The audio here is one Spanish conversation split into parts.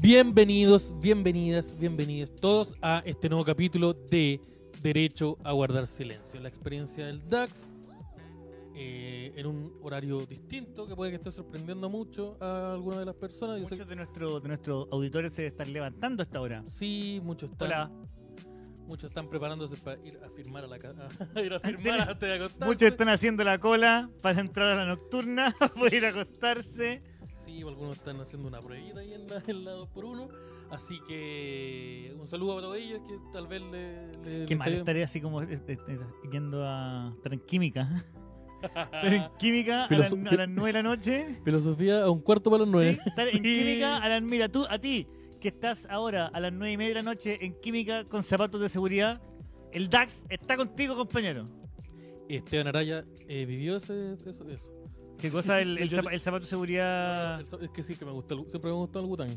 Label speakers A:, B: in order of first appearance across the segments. A: Bienvenidos, bienvenidas, bienvenidos todos a este nuevo capítulo de Derecho a Guardar Silencio. La experiencia del DAX eh, en un horario distinto que puede que esté sorprendiendo mucho a algunas de las personas. Yo sé
B: Muchos de nuestros de nuestros auditores se están levantando a esta hora.
A: que sí, muchos están,
B: Hola.
A: muchos están preparándose para ir a firmar a la casa. ir a firmar antes de acostarse.
B: Muchos están haciendo la cola para entrar a la nocturna, para ir a acostarse.
A: Sí, algunos están haciendo una pruebita ahí en la, en la 2x1. Así que un saludo para todos ellos que tal vez le. le-
B: Qué
A: les
B: mal
A: caiga-
B: estaría así como eh, eh, eh, yendo a estar en química. Estar en química a las,
A: Filoso-
B: a las 9 de la noche.
A: Filosofía a un cuarto para las nueve.
B: Sí, estar en
A: Sí.
B: química a las. Mira, tú, a ti, que estás ahora a las 9 y media de la noche en química con zapatos de seguridad. El DAX está contigo, compañero.
A: Esteban Araya eh, vivió ese, eso. eso.
B: Qué cosa el, el
A: Yo-
B: zapa- el zapato de seguridad.
A: El- Es que sí, que me gustó, el- siempre me gustó el Gután.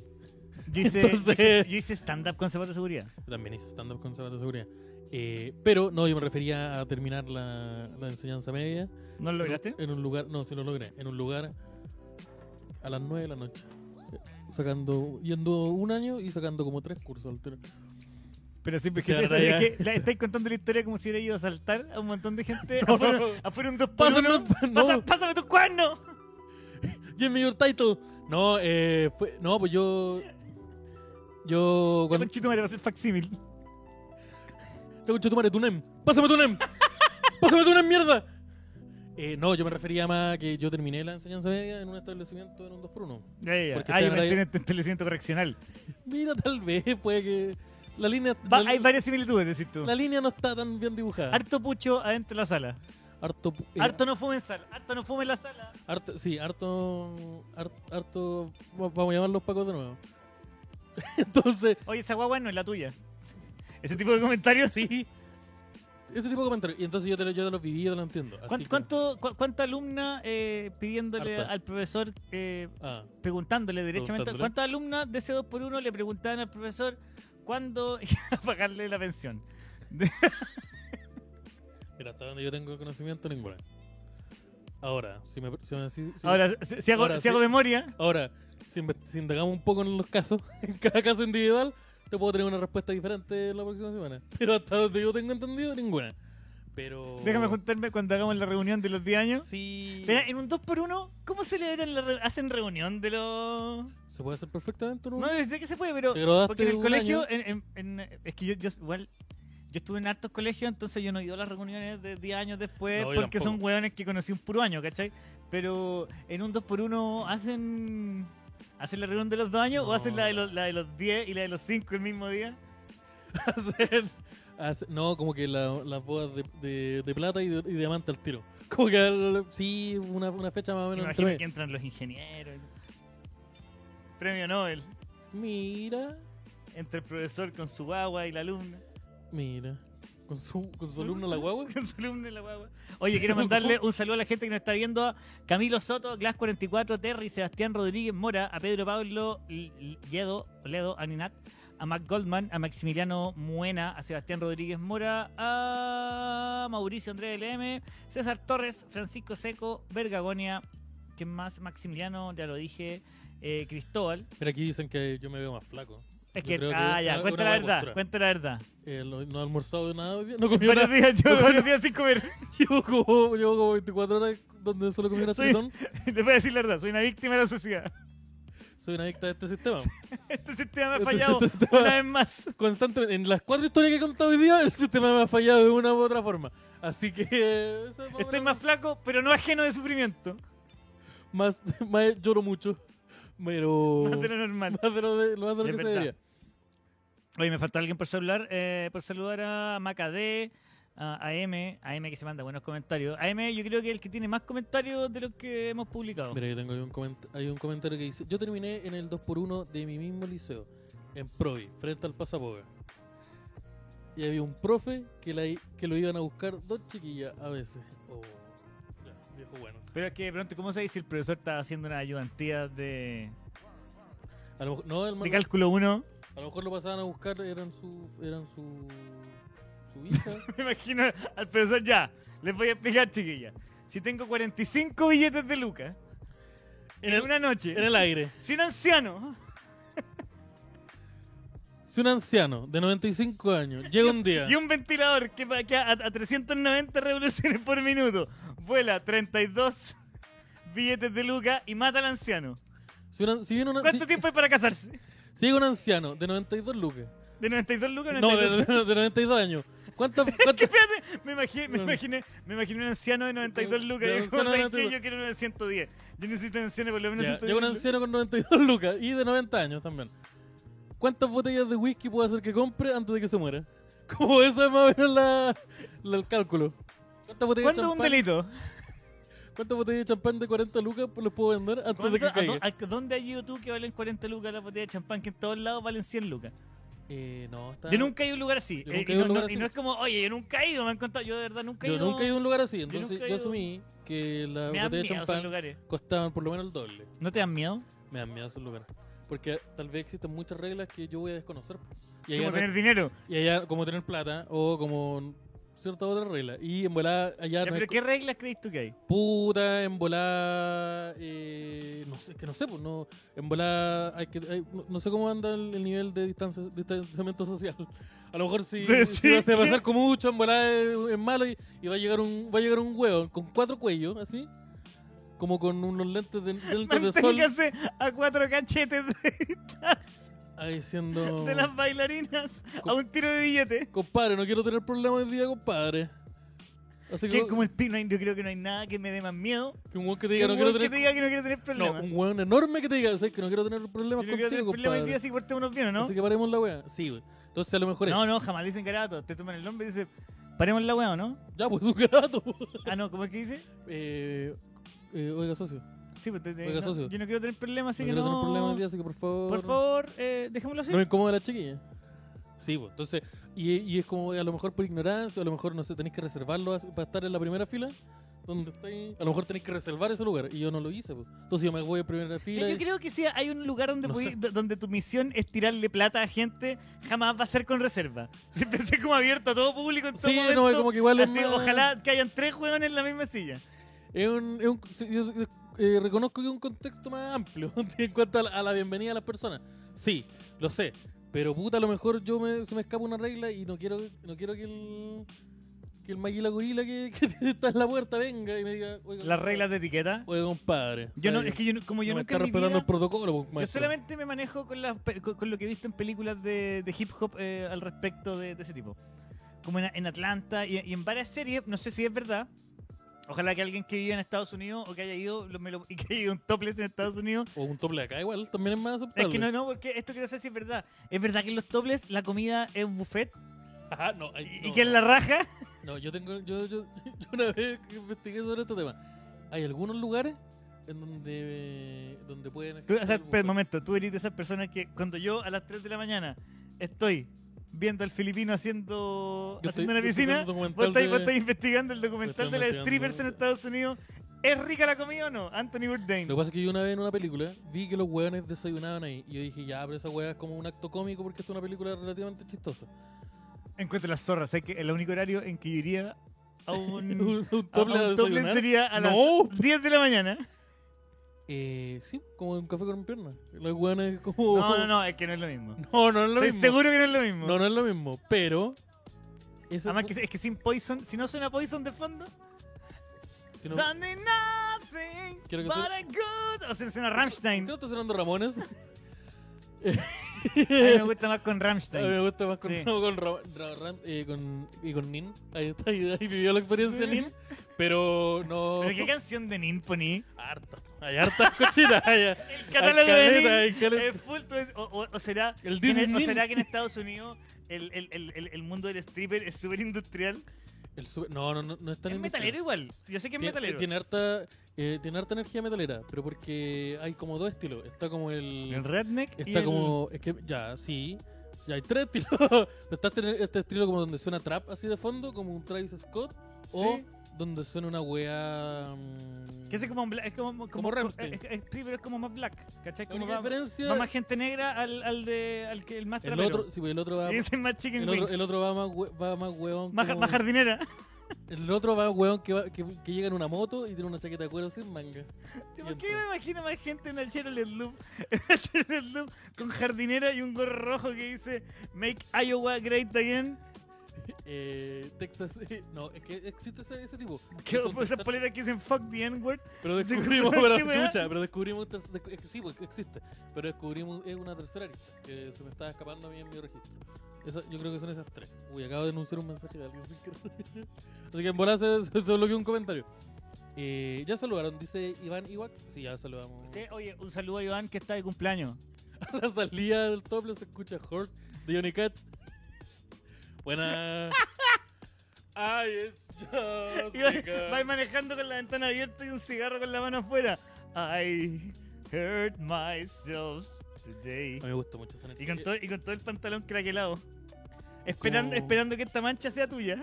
B: Yo hice,
A: Entonces-
B: yo hice- yo hice stand-up con zapatos de seguridad.
A: También hice stand-up con zapatos de seguridad. Eh, pero no, yo me refería a terminar la, la enseñanza media.
B: ¿No lo lograste?
A: En un lugar, no, sí lo logré. En un lugar a las 9 de la noche. Sacando, yendo un año y sacando como tres cursos alternos.
B: Pero sí, porque
A: Te
B: es
A: arraya.
B: que la- estáis contando la historia como si hubiera ido a saltar a un montón de gente
A: No.
B: afuera, afuera un dos por
A: Pásame,
B: uno. Pasa-
A: no,
B: ¡Pásame tus cuernos!
A: give me your title. No, eh, fue- no, pues yo. Yo.
B: Con
A: Cuando,
B: chito me va a hacer facsímil.
A: Te escucho tu madre, tu NEM. Pásame tu NEM. Pásame tu NEM, mierda. Eh, no, yo me refería más a que yo terminé la enseñanza media en un establecimiento en un 2x1.
B: Ya, ya, ya.
A: Porque
B: Hay
A: te
B: un
A: arraya.
B: este establecimiento correccional.
A: Mira, tal vez, puede que. La línea,
B: Va-
A: la,
B: hay varias similitudes, decís tú.
A: la línea no está tan bien dibujada.
B: Harto pucho adentro de la sala.
A: harto, pu- eh,
B: Harto no fume en sala. Harto no fume en la sala.
A: harto- Sí, harto. Harto. harto- vamos a llamar los pacos de nuevo. Entonces,
B: Oye, esa guagua no es la tuya. Ese tipo de comentarios.
A: sí. Ese tipo de comentarios. Y entonces yo te, lo- yo te los viví, yo te lo entiendo. Así
B: ¿Cuánto,
A: que-
B: cuánto, cu- ¿Cuánta alumna eh, pidiéndole
A: Harta.
B: al profesor eh,
A: Ah,
B: preguntándole directamente
A: Preguntándole.
B: cuántas alumnas de ese 2 por 1 le preguntaban al profesor cuándo iba a pagarle la pensión.
A: mira, hasta donde yo tengo conocimiento, ninguna. Ahora, si me. Si me si- si me-
B: Ahora, si, si hago,
A: Ahora
B: si
A: sí.
B: hago memoria,
A: Ahora, si, inve- si indagamos un poco en los casos, en cada caso individual, te puedo tener una respuesta diferente la próxima semana. Pero hasta donde yo tengo entendido, ninguna. Pero.
B: déjame juntarme cuando hagamos la reunión de los 10 años.
A: Oh. Sí.
B: Mira, en un 2 por 1 ¿cómo celebran la re- hacen reunión de los...?
A: Se puede hacer perfectamente, ¿no?
B: No, yo sé que se puede, pero...
A: Te graduaste
B: Porque en el
A: un
B: colegio,
A: año.
B: en- en- en- es que yo, yo igual... Yo estuve en hartos colegios, entonces yo no he ido a las reuniones de 10 años después,
A: No, yo
B: porque son
A: tampoco.
B: hueones que conocí un puro año, ¿cachai? Pero en un 2x1 hacen hacen la reunión de los dos años o
A: No,
B: hacen la de,
A: no.
B: los, la de los 10 y la de los 5 el mismo día.
A: Hacer- hacer- no, como que la- las bodas de, de- de plata y, de, y diamante al tiro. Como que al- sí, una, una fecha más o
B: Me
A: menos.
B: imagino
A: entre
B: que entran los ingenieros. Premio Nobel.
A: medio. Mira,
B: Entre el profesor con su guagua y la alumna.
A: mira. Con su, con su alumno la guagua.
B: Con su alumna y la guagua. Oye, quiero mandarle un saludo a la gente que nos está viendo. A Camilo Soto, Glass44, Terry, Sebastián Rodríguez Mora, a Pedro Pablo L- L- Lledo, Ledo, a Ninat, a Mac Goldman, a Maximiliano Muena, a Sebastián Rodríguez Mora, a Mauricio Andrés LM, César Torres, Francisco Seco, Vergagonia, ¿quién más? Maximiliano, ya lo dije, eh, Cristóbal.
A: Mira, aquí dicen que yo me veo más flaco.
B: Es
A: Yo
B: que,
A: creo que
B: ah,
A: es
B: ya,
A: una
B: cuenta la
A: buena
B: verdad,
A: postura.
B: cuenta la verdad.
A: Eh, lo- no he almorzado nada hoy día, No comí
B: Varios
A: nada.
B: días,
A: yo
B: llevo
A: creo-
B: varios días sin comer.
A: Llevo como, llevo como 24 horas donde solo comí una
B: Sí.
A: tritón.
B: Les voy a decir la verdad, soy una víctima de la sociedad.
A: Soy una adicta de este sistema.
B: Este sistema me ha
A: Este
B: fallado
A: sistema-
B: una vez más.
A: Constantemente, en las cuatro historias que he contado hoy día, el sistema me ha fallado de una u otra forma. Así que. eh, Eso es más o
B: Estoy
A: menos-
B: más flaco, pero no ajeno de sufrimiento.
A: más, más- lloro mucho. Pero.
B: Más de lo normal.
A: más de lo, de- lo más de lo
B: Es
A: que se
B: verdad.
A: debería.
B: Oye, me faltó alguien por saludar, eh, por saludar a Macadé, a AM, AM que se manda buenos comentarios. AM yo creo que es el que tiene más comentarios de los que hemos publicado.
A: Mira, yo tengo ahí un, coment- hay un comentario que dice: Yo terminé en el 2x1 de mi mismo liceo, en Provi, frente al Pasapoga. Y había un profe que, la, i- que lo iban a buscar dos chiquillas a veces. Oh, ya, viejo bueno.
B: Pero es que de pronto, ¿cómo se dice? El profesor está haciendo una ayudantía de,
A: A lo, mejor- no, el,
B: de cálculo 1.
A: a lo mejor lo pasaban a buscar, eran su. eran su. su hija.
B: Me imagino al profesor ya. Les voy a explicar, chiquilla. Si tengo 45 billetes de lucas
A: en,
B: en
A: el,
B: una noche,
A: en el aire.
B: sin anciano,
A: Si un anciano de 95 años llega un día
B: Y un ventilador que, va- que a, a 390 revoluciones por minuto vuela 32 billetes de luca y mata al anciano.
A: Si, una- si viene una-
B: ¿Cuánto
A: si-
B: tiempo hay para casarse?
A: si llega un anciano de 92 lucas.
B: ¿De 92 lucas? a
A: No,
B: 92?
A: de, de- de 92 años. ¿Cuántas, cuántas-
B: Espérate, me imaginé, me
A: No.
B: imaginé, me imaginé un anciano de 92 lucas.
A: De
B: y
A: un
B: yo, como,
A: anciano de
B: "¿Sabes qué?
A: 92.
B: Yo quiero uno de 110. Yo necesito un anciano por lo menos
A: Ya,
B: 110.
A: llega un anciano con 92 lucas y de 90 años también. ¿Cuántas botellas de whisky puede hacer que compre antes de que se muera? Como esa es más o menos la, la- el cálculo. ¿Cuántas botellas, de
B: ¿Cuándo es un
A: champán,
B: delito?
A: ¿Cuántas botellas de champán de 40 lucas pues, los puedo vender antes de
B: ¿Cuándo-
A: que
B: a dó-
A: caiga?
B: a ¿Dónde has ido tú que valen 40 lucas la botella de champán que en todos lados valen 100 lucas?
A: Eh, no, está...
B: Yo nunca he ido a un lugar así.
A: Yo
B: eh,
A: nunca
B: y,
A: he ido a un
B: no, no-
A: lugar
B: y
A: así.
B: no es como, oye, yo nunca he ido, me han contado. Yo de verdad nunca he
A: Yo
B: ido.
A: nunca he ido a un lugar así,
B: nunca
A: entonces
B: he
A: yo,
B: ido.
A: asumí que las
B: Me dan
A: botellas de
B: miedo esos
A: champán
B: lugares.
A: costaban por lo menos el doble.
B: ¿No te dan miedo?
A: Me dan miedo esos lugares. Porque tal vez existen muchas reglas que yo voy a desconocer. Y allá,
B: Como
A: no-
B: tener dinero.
A: y allá como tener plata o como cierta otra regla. Y en volada allá no
B: Ya,
A: hay
B: ¿Pero qué reglas crees tú que hay?
A: puta, en volada... eh, no sé, es que no sé, pues no... En volada hay que... hay- no, no sé cómo anda el, el nivel de distancia, distanciamiento social. A lo mejor si,
B: Sí,
A: si vas a
B: que-
A: pasar con mucho, en volada es, es malo y, y va a llegar un va a llegar un huevo con cuatro cuellos, así, como con unos lentes de, lentes de sol,
B: Manténgase a cuatro cachetes de,
A: ahí diciendo...
B: de las bailarinas a un tiro de billete.
A: Compadre, no quiero tener problemas hoy día, compadre. Así
B: Que
A: que,
B: es como el pino, yo creo que no hay nada que me dé más miedo.
A: que un weón que te
B: Que
A: diga,
B: un
A: no
B: weón
A: quiero
B: que
A: tener...
B: te diga que no quiero tener
A: No,
B: problemas.
A: un weón enorme que te diga, ¿sabes? Que no quiero tener problemas
B: Yo no quiero tener
A: contigo,
B: problemas hoy
A: compadre.
B: día si cortémonos bien, ¿o no?
A: Así que paremos la wea. Sí, güey. Entonces a lo mejor
B: No,
A: es.
B: no, jamás dicen garabato. Te toman el nombre y dicen, paremos la weá, ¿o no?
A: Ya, pues un gato.
B: Ah, no, ¿cómo es que dice?
A: eh, eh, oiga, socio.
B: Sí, pues te, te-
A: Oiga,
B: no,
A: socio.
B: yo no quiero tener problemas, así
A: no
B: que
A: quiero
B: no.
A: tener problemas hoy día, así que por favor.
B: Por favor, eh, dejémoslo así.
A: No me incomode la chiquilla. Sí, pues. Entonces, y, y es como a lo mejor por ignorancia, o a lo mejor no sé, tenéis que reservarlo así para estar en la primera fila. Donde estáis. A lo mejor tenéis que reservar ese lugar. Y yo no lo hice, pues. Entonces yo me voy a primera fila.
B: Eh,
A: y-
B: Yo creo que sí, hay un lugar donde,
A: No
B: podí-
A: sé.
B: do- donde tu misión es tirarle plata a gente, jamás va a ser con reserva. Siempre es como abierto a todo público en todo
A: Sí,
B: momento.
A: no, como que igual es
B: Así,
A: más-
B: Ojalá que hayan tres hueones en la misma silla.
A: Es un, es un- sí, yo, yo, eh, reconozco que es un contexto más amplio en cuanto a la, a la bienvenida de las personas. Sí, lo sé. Pero puta, a lo mejor yo me, se me escapa una regla y no quiero, no quiero que el que el maguila gorila que, que está en la puerta venga y me diga, oiga,
B: Las reglas de etiqueta.
A: oiga compadre.
B: Yo no,
A: ¿sabe?
B: es que yo, no- como yo
A: no me
B: nunca
A: está
B: en mi
A: respetando
B: vida-
A: el protocolo, pues,
B: Yo
A: maestro.
B: solamente me manejo con, las pe- con, con lo que he visto en películas de, de hip hop eh, al respecto de, de ese tipo. Como en, en Atlanta y, y en varias series, no sé si es verdad. Ojalá que alguien que viva en Estados Unidos o que haya ido lo- me lo- y que haya ido a un topless en Estados Unidos.
A: O un tople acá igual, también es más aceptable.
B: Es que no, no, porque esto quiero saber si es verdad. ¿Es verdad que en los topless la comida es un buffet
A: Ajá, no, ay,
B: y
A: no.
B: que en la raja?
A: No, yo tengo. Yo, yo, yo una vez que investigué sobre este tema. Hay algunos lugares en donde. donde pueden.
B: Tú, o sea,
A: existir
B: espera,
A: bufetes.
B: momento, tú eres de esas personas que cuando yo a las 3 de la mañana estoy viendo al filipino haciendo,
A: Yo estoy-
B: haciendo una
A: yo estoy
B: piscina,
A: viendo un
B: Vos
A: documental
B: estáis, vos
A: de-
B: estáis investigando el
A: Estoy
B: documental de las
A: investigando.
B: strippers en Estados Unidos. ¿Es rica la comida o no? Anthony Bourdain.
A: Lo que pasa es que yo una vez en una película vi que los hueones desayunaban ahí. Y yo dije, ya, pero esa hueá es como un acto cómico porque esta es una película relativamente chistosa.
B: Encuentro las zorras. Es que el único horario en que yo iría a un,
A: un, un
B: a
A: tople
B: un
A: de
B: topless
A: desayunar.
B: sería a las
A: No,
B: 10 de la mañana.
A: eh, sí, como un café con piernas. Los hueones como.
B: No, no, no, es que no es lo mismo.
A: Oh. No, no es lo
B: Estoy
A: mismo.
B: seguro que no es lo mismo.
A: No, no es lo mismo, pero. eso-
B: Además, que, es que sin Poison, si no suena Poison de fondo,
A: si no-
B: Done nothing
A: Quiero que
B: but
A: suene-
B: a good. O sea, suena
A: ¿Qué
B: Rammstein.
A: no está sonando Ramones?
B: A mí me gusta más con
A: A mí me
B: Rammstein.
A: gusta más con,
B: Sí.
A: con, Ra- Ra- Ram- eh, con- y con Nin. Ahí, está, ahí, ahí vivió la experiencia Nin. Pero no.
B: ¿Pero qué canción de Nin poní?
A: Harta. Hay hartas cochinas. hay-
B: El catálogo
A: hay
B: de
A: caleta,
B: Nin.
A: hay caleta.
B: Es full, tú es- o, o- o será,
A: El
B: que en el-
A: Disney
B: o
A: Nin.
B: será que en Estados Unidos el, el- el- el- el mundo del stripper es súper industrial?
A: El super- no, no, no, no es tan
B: Es
A: industrial.
B: metalero igual. Yo sé que es
A: Tiene-
B: metalero.
A: Tiene harta, eh, tiene harta energía metalera, pero porque hay como dos estilos. Está como el.
B: el redneck y
A: está
B: el-
A: como. Es que ya, sí. Ya hay tres estilos. Pero está este, este estilo como donde suena trap así de fondo, como un Travis Scott. O
B: Sí.
A: donde suena una wea. mm,
B: Que ese como un bla- es como, como,
A: Rammstein.
B: es- es- sí, pero es como más black, ¿cachai?
A: La
B: Como
A: única
B: va,
A: diferencia-
B: va más gente negra al, al de al que el más
A: El
B: trapero.
A: otro, sí, pues el otro va.
B: y ese es más chicken
A: El
B: wings.
A: otro, el otro va más, hue- va más huevón.
B: más,
A: como-
B: más jardinera.
A: El otro va un weón que, va- que, que llega en una moto y tiene una chaqueta de cuero sin manga.
B: ¿Por qué me imagino más gente en el Chevrolet Loop? En el Chevrolet Loop con jardinera y un gorro rojo que dice Make Iowa Great Again.
A: Eh, Texas. eh, no, es que existe ese, ese tipo.
B: Que
A: Son
B: esas
A: Texas-
B: poleras que dicen Fuck the N-word.
A: Pero descubrimos,
B: ¿Qué
A: pero
B: weá?
A: chucha, pero descubrimos, un tercer- descu- es que sí, porque existe, pero descubrimos es una tercera que, que se me estaba escapando a mí en mi registro. Esa- yo creo que son esas tres. Uy, acabo de denunciar un mensaje de alguien. Así que en bola se, se, se bloqueó un comentario. Eh, ya saludaron, dice Iván Iwak. Sí, ya saludamos.
B: Sí, oye, un saludo a Iván que está de cumpleaños.
A: A la salida del tople se escucha Hort de Johnny Cash. Buena. Ay, it's just
B: Iba,
A: because-
B: va manejando con la ventana abierta y un cigarro con la mano afuera. I hurt myself today.
A: A mí me gusta mucho esa
B: Y
A: energía.
B: con, todo, y con todo el pantalón craquelado. Esperando,
A: como-
B: esperando que esta mancha sea tuya.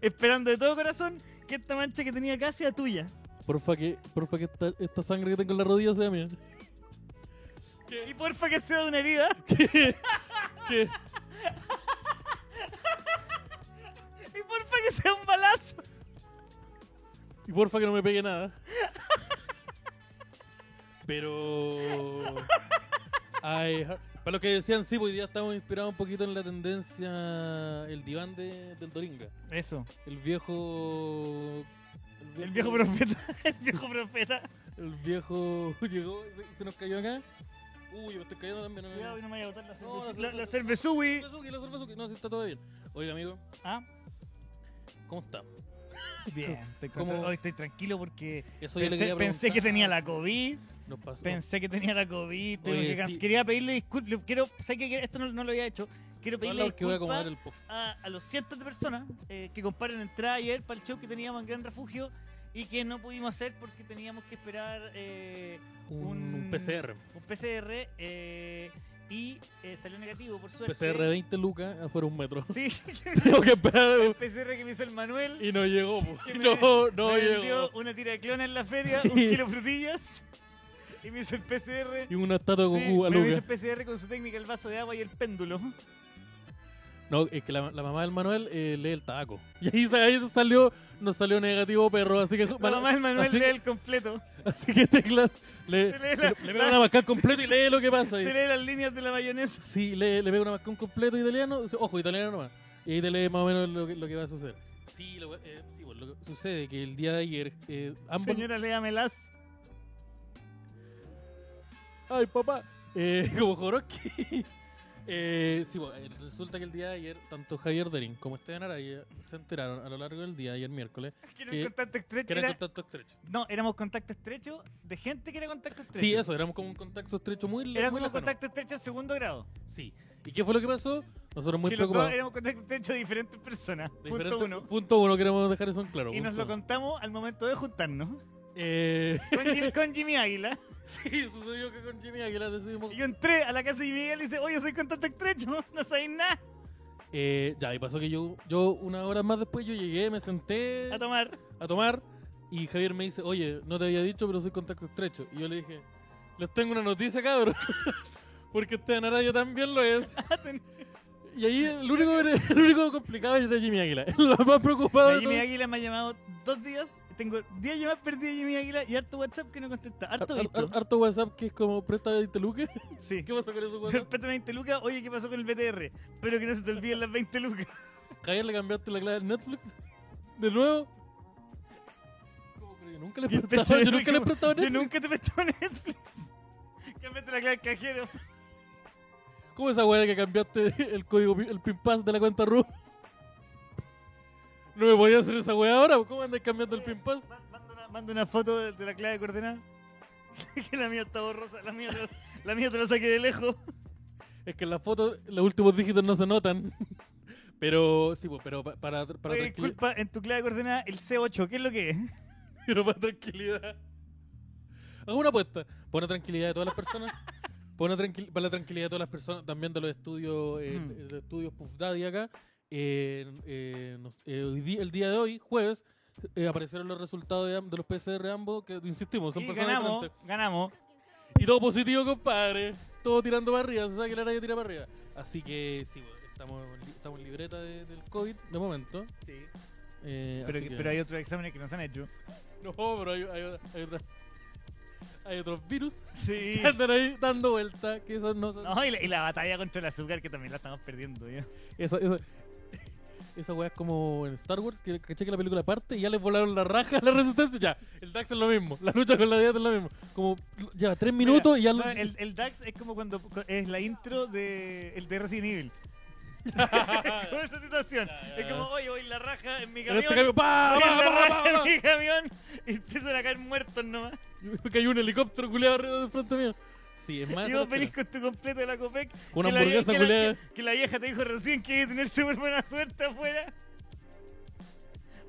B: Esperando de todo corazón que esta mancha que tenía acá sea tuya.
A: Porfa que, porfa que esta, esta sangre que tengo en la rodilla sea mía.
B: Y porfa que sea de una herida.
A: que, que-
B: Y porfa que sea un balazo.
A: y porfa que no me pegue nada. Pero. Ay, ja- para los que decían, sí, pues hoy día estamos inspirados un poquito en la tendencia. El diván de- del Doringa.
B: Eso.
A: El viejo. El
B: El viejo profeta. El viejo profeta.
A: el viejo llegó, se, se nos cayó acá. Uy, me estoy cayendo también. No,
B: Cuidado,
A: no,
B: que
A: no.
B: no me vaya a botar la
A: No,
B: cerveza.
A: la
B: La, la
A: cerveza.
B: cervezubi.
A: La Suzuki, la Suzuki. No, sí, está todo bien. Oiga, amigo,
B: Ah,
A: ¿cómo está?
B: bien. Estoy,
A: ¿Cómo?
B: contento. Hoy estoy tranquilo porque
A: Eso yo le
B: pensé,
A: quería preguntar.
B: pensé que tenía la COVID.
A: Nos pasó.
B: Pensé que tenía la COVID. tuve
A: Oye,
B: que can-
A: sí.
B: Quería pedirle disculpas. Quiero, sé que esto no, no lo había hecho. Quiero
A: No,
B: pedirle
A: no, que voy a
B: disculpas.
A: acomodar el puff.
B: a, a los cientos de personas eh, que compraron entrada ayer para el show que teníamos en Gran Refugio y que no pudimos hacer porque teníamos que esperar eh,
A: Un, un
B: un-
A: PCR.
B: un PCR eh, y eh, salió negativo, por suerte.
A: PCR de 20 lucas afuera un metro.
B: Sí,
A: Tengo que esperar.
B: el PCR que me hizo el Manuel.
A: Y no llegó. po.
B: Que me-
A: No, no
B: me vendió
A: llegó.
B: una tira de clona en la feria,
A: Sí.
B: un kilo de frutillas y me hizo el PCR.
A: Y una estatua de
B: Sí,
A: Goku a
B: pero me hizo el
A: Lucas.
B: PCR con su técnica, el vaso de agua y el péndulo.
A: No, es que la, la mamá del Manuel eh, lee el tabaco. Y ahí, sa- ahí salió, nos salió negativo perro. Así que.
B: La mamá del Manuel
A: así-
B: lee el completo.
A: Así que teclas le,
B: Te lee
A: le,
B: la-
A: le pega una mascar completo y lee lo que pasa.
B: Se
A: Y,
B: lee las líneas de la mayonesa.
A: sí, le, le pega una mascar completo italiano, ojo, italiano nomás. Y ahí te lee más o menos lo que, lo que va a suceder. Sí, lo, eh, sí, pues, lo que sucede que el día de ayer eh, ambos...
B: Señora, léamelas.
A: ¡Ay, papá! Eh, como Joroski. Eh, sí, pues, eh, resulta que el día de ayer, tanto Javier Derín como Esteban Araya se enteraron a lo largo del día, ayer miércoles,
B: Que era
A: que-
B: un contacto estrecho.
A: que era
B: era-
A: contacto estrecho.
B: No, éramos contacto estrecho de gente que era contacto estrecho.
A: Sí, eso, éramos como un contacto estrecho muy le-
B: Era
A: muy
B: como
A: lejano.
B: contacto estrecho de segundo grado.
A: Sí. ¿Y qué fue lo que pasó? Nosotros muy
B: que los
A: preocupados.
B: dos éramos contacto estrecho de diferentes personas.
A: Diferente-
B: Punto uno.
A: Punto uno, queremos dejar eso en claro.
B: Y nos
A: punto
B: lo
A: uno.
B: contamos al momento de juntarnos.
A: Eh,
B: Con, Jim- con Jimmy Águila.
A: sí, sucedió que con Jimmy Aguilar decidimos.
B: Y yo entré a la casa de Jimmy Águila y le dije, oye, soy contacto estrecho, no sabéis nada.
A: Eh, ya, y pasó que yo, yo una hora más después, yo llegué, me senté
B: A tomar.
A: a tomar. Y Javier me dice, oye, no te había dicho, pero soy contacto estrecho. Y yo le dije, les tengo una noticia, cabrón. Porque este Araya también lo es.
B: Ah,
A: Y ahí el único, el único complicado era Jimmy Águila. El más preocupado. de
B: Jimmy
A: todos.
B: Águila me ha llamado dos días. Tengo 10 llamadas perdidas de Jimmy Águila y harto WhatsApp que no contesta. Harto
A: Har-
B: visto.
A: har- Harto WhatsApp que es como presta de Luque.
B: Sí.
A: ¿Qué pasa con eso, WhatsApp?
B: Respeta 20 lucas. Oye, ¿qué pasó con el BTR? Pero que no se te olviden las 20 lucas.
A: Javier, le cambiaste la clave de Netflix. De nuevo. ¿Cómo, pero yo nunca le he
B: Y empecé
A: prestado, yo
B: a-
A: nunca le he prestado
B: Yo
A: Netflix.
B: nunca te prestado Netflix. Cámbiate la clave del cajero.
A: ¿Cómo esa weá de que cambiaste el código, pi- el pin pass de la cuenta RU? No me podía hacer esa weá ahora. ¿Cómo andas cambiando el pin pass?
B: Ma- Manda una, manda una foto de, de la clave de coordenada. que la mía está borrosa. La mía, te- la mía te la saqué de lejos.
A: Es que en la foto los últimos dígitos no se notan. Pero, sí, pues, pero pa- para, para,
B: Oye,
A: tranquili-
B: disculpa, en tu clave de coordenada, el C8, ¿qué es lo que es?
A: pero para tranquilidad. Hago una apuesta. Por la tranquilidad de todas las personas. Por una tranquil- para la tranquilidad de todas las personas. También de los estudios, eh,
B: Mm.
A: de los estudios Puff Daddy acá. eh, eh, nos- eh, hoy di- el día de hoy, jueves, eh, aparecieron los resultados de, am- de los PCR ambos. Que insistimos, son
B: Y
A: personas
B: ganamos,
A: diferentes.
B: ganamos.
A: Y todo positivo, compadre. Todo tirando para arriba. Se sabe que la radio tira para arriba. Así que sí, bueno, estamos, estamos en libreta de- del COVID de momento. Eh,
B: Pero,
A: así que-
B: pero hay otros exámenes que nos han hecho.
A: No, pero hay, hay- hay otra- hay otros virus
B: Sí.
A: que andan ahí dando vueltas, que esos no son...
B: No, y, la, y la batalla contra el azúcar que también la estamos perdiendo. ¿ya?
A: Eso, eso- esa weá es como en Star Wars, que caché que la película parte y ya les volaron la raja a la resistencia. Ya, el DAX es lo mismo, la lucha con la dieta es lo mismo. Como ya tres minutos y ya lo-
B: No, el, el DAX es como cuando cu- es la intro de, el de Resident Evil. Es como esa situación.
A: Ya, ya,
B: Es
A: ya.
B: como, oye, voy en la raja en mi
A: en este
B: camión.
A: cambio, ¡pa!
B: voy en
A: ¡pa!
B: la
A: ¡pa!
B: raja
A: ¡pa!
B: en mi camión y empiezan a caer muertos nomás.
A: ¡pa! Que hay un helicóptero culeado arriba de frente mío. Sí, Ah, es más.
B: Y vos venís con tu completo de la Copec.
A: Con una
B: que la vie-
A: hamburguesa
B: que la,
A: culeada.
B: que la vieja te dijo recién que iba a tener súper buena suerte afuera.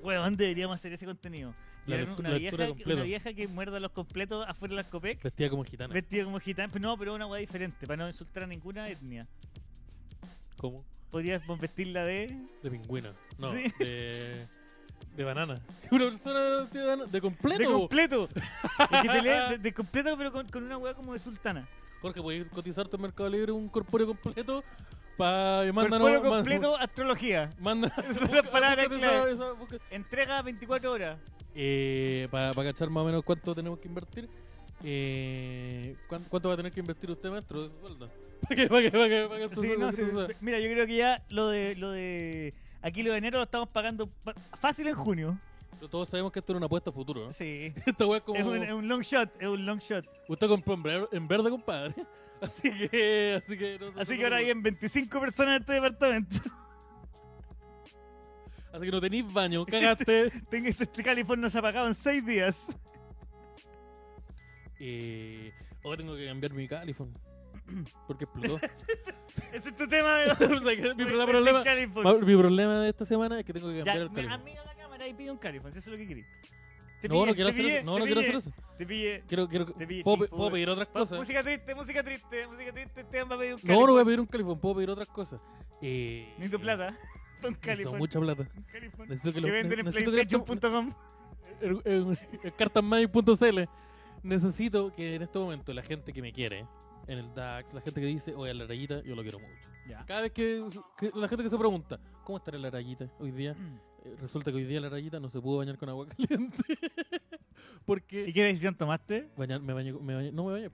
B: Weón, deberíamos hacer ese contenido.
A: La
B: Llevar
A: lectu-
B: una,
A: la
B: vieja,
A: lectura
B: que-
A: completa.
B: una vieja que muerda los completos afuera de las Copec,
A: Vestida como gitana.
B: vestida como gitana. Pero No, pero una weá diferente, para no insultar a ninguna etnia.
A: ¿Cómo?
B: Podríamos vestirla de.
A: De pingüina. No,
B: Sí.
A: de. De banana. Una persona vestida de, banana- de completo.
B: ¡De
A: po.
B: completo! Y que te lea de, de completo, pero con, con una weá como de sultana.
A: Jorge, ¿puedes cotizarte en Mercado Libre un corpóreo completo? Pa... eh, Mándanos.
B: Cuerpo
A: mándanos-
B: completo, astrología.
A: Manda.
B: Esas son las palabras
A: Busca
B: clave.
A: esa- esa- busca-
B: Entrega 24 horas.
A: Eh, para, cachar más o menos cuánto tenemos que invertir. Eh, ¿cuán- ¿cuánto, va a tener que invertir usted, maestro? de su sueldo? ¿Para que, para que, para que, para que esto
B: Sí,
A: se-
B: no,
A: esto
B: sí,
A: se-
B: pe- mira, yo creo que ya lo de lo de aquí lo de enero lo estamos pagando pa- fácil en junio.
A: Pero Todos sabemos que esto era una apuesta a futuro, ¿no?
B: Sí.
A: Esta weá es como.
B: Es un, es un long shot, es un long shot.
A: Usted compró en ver- en verde, compadre. Así que. Así que, no se-
B: Así
A: no
B: que ahora
A: se-
B: hay en 25 personas en este departamento.
A: Así que no tenéis baño, cagaste.
B: Tengo este, este California se ha pagado en 6 días.
A: eh, ahora tengo que cambiar mi califón. Porque explotó.
B: Ese es tu tema de
A: O sea que mi,
B: Sin
A: problema,
B: California.
A: mi problema de esta semana es que tengo que
B: Ya,
A: cambiar el
B: me- ah,
A: califón.
B: mira la cámara y pide un California, si eso es lo que querí. Te
A: No,
B: pillé,
A: no quiero
B: te
A: hacer
B: pillé,
A: eso. No,
B: te
A: no quiero
B: pillé,
A: hacer eso.
B: Te pillé.
A: Quiero, quiero,
B: Te pillé
A: ¿puedo,
B: chico,
A: pe- puedo pedir otras cosas?
B: Música triste, música triste, música triste. Esteban va a pedir un
A: No, no voy a
B: California.
A: pedir un califón, puedo pedir otras cosas. Eh,
B: Necesito plata. Un
A: Necesito
B: California.
A: mucha plata.
B: Un California.
A: Necesito que
B: que
A: lo-
B: venden en
A: necesito que lo-
B: PlayStation.com.
A: en- en- en cartasmami.cl. Necesito que en este momento la gente que me quiere, en el DAX, la gente que dice, oye, a la rayita, yo lo quiero mucho.
B: Ya.
A: Cada vez que, que la gente que se pregunta, ¿cómo estará la rayita hoy día? Eh, Resulta que hoy día la rayita no se pudo bañar con agua caliente.
B: ¿Y
A: Porque...
B: qué decisión tomaste?
A: Bañar, me bañé, me bañé, no me bañé.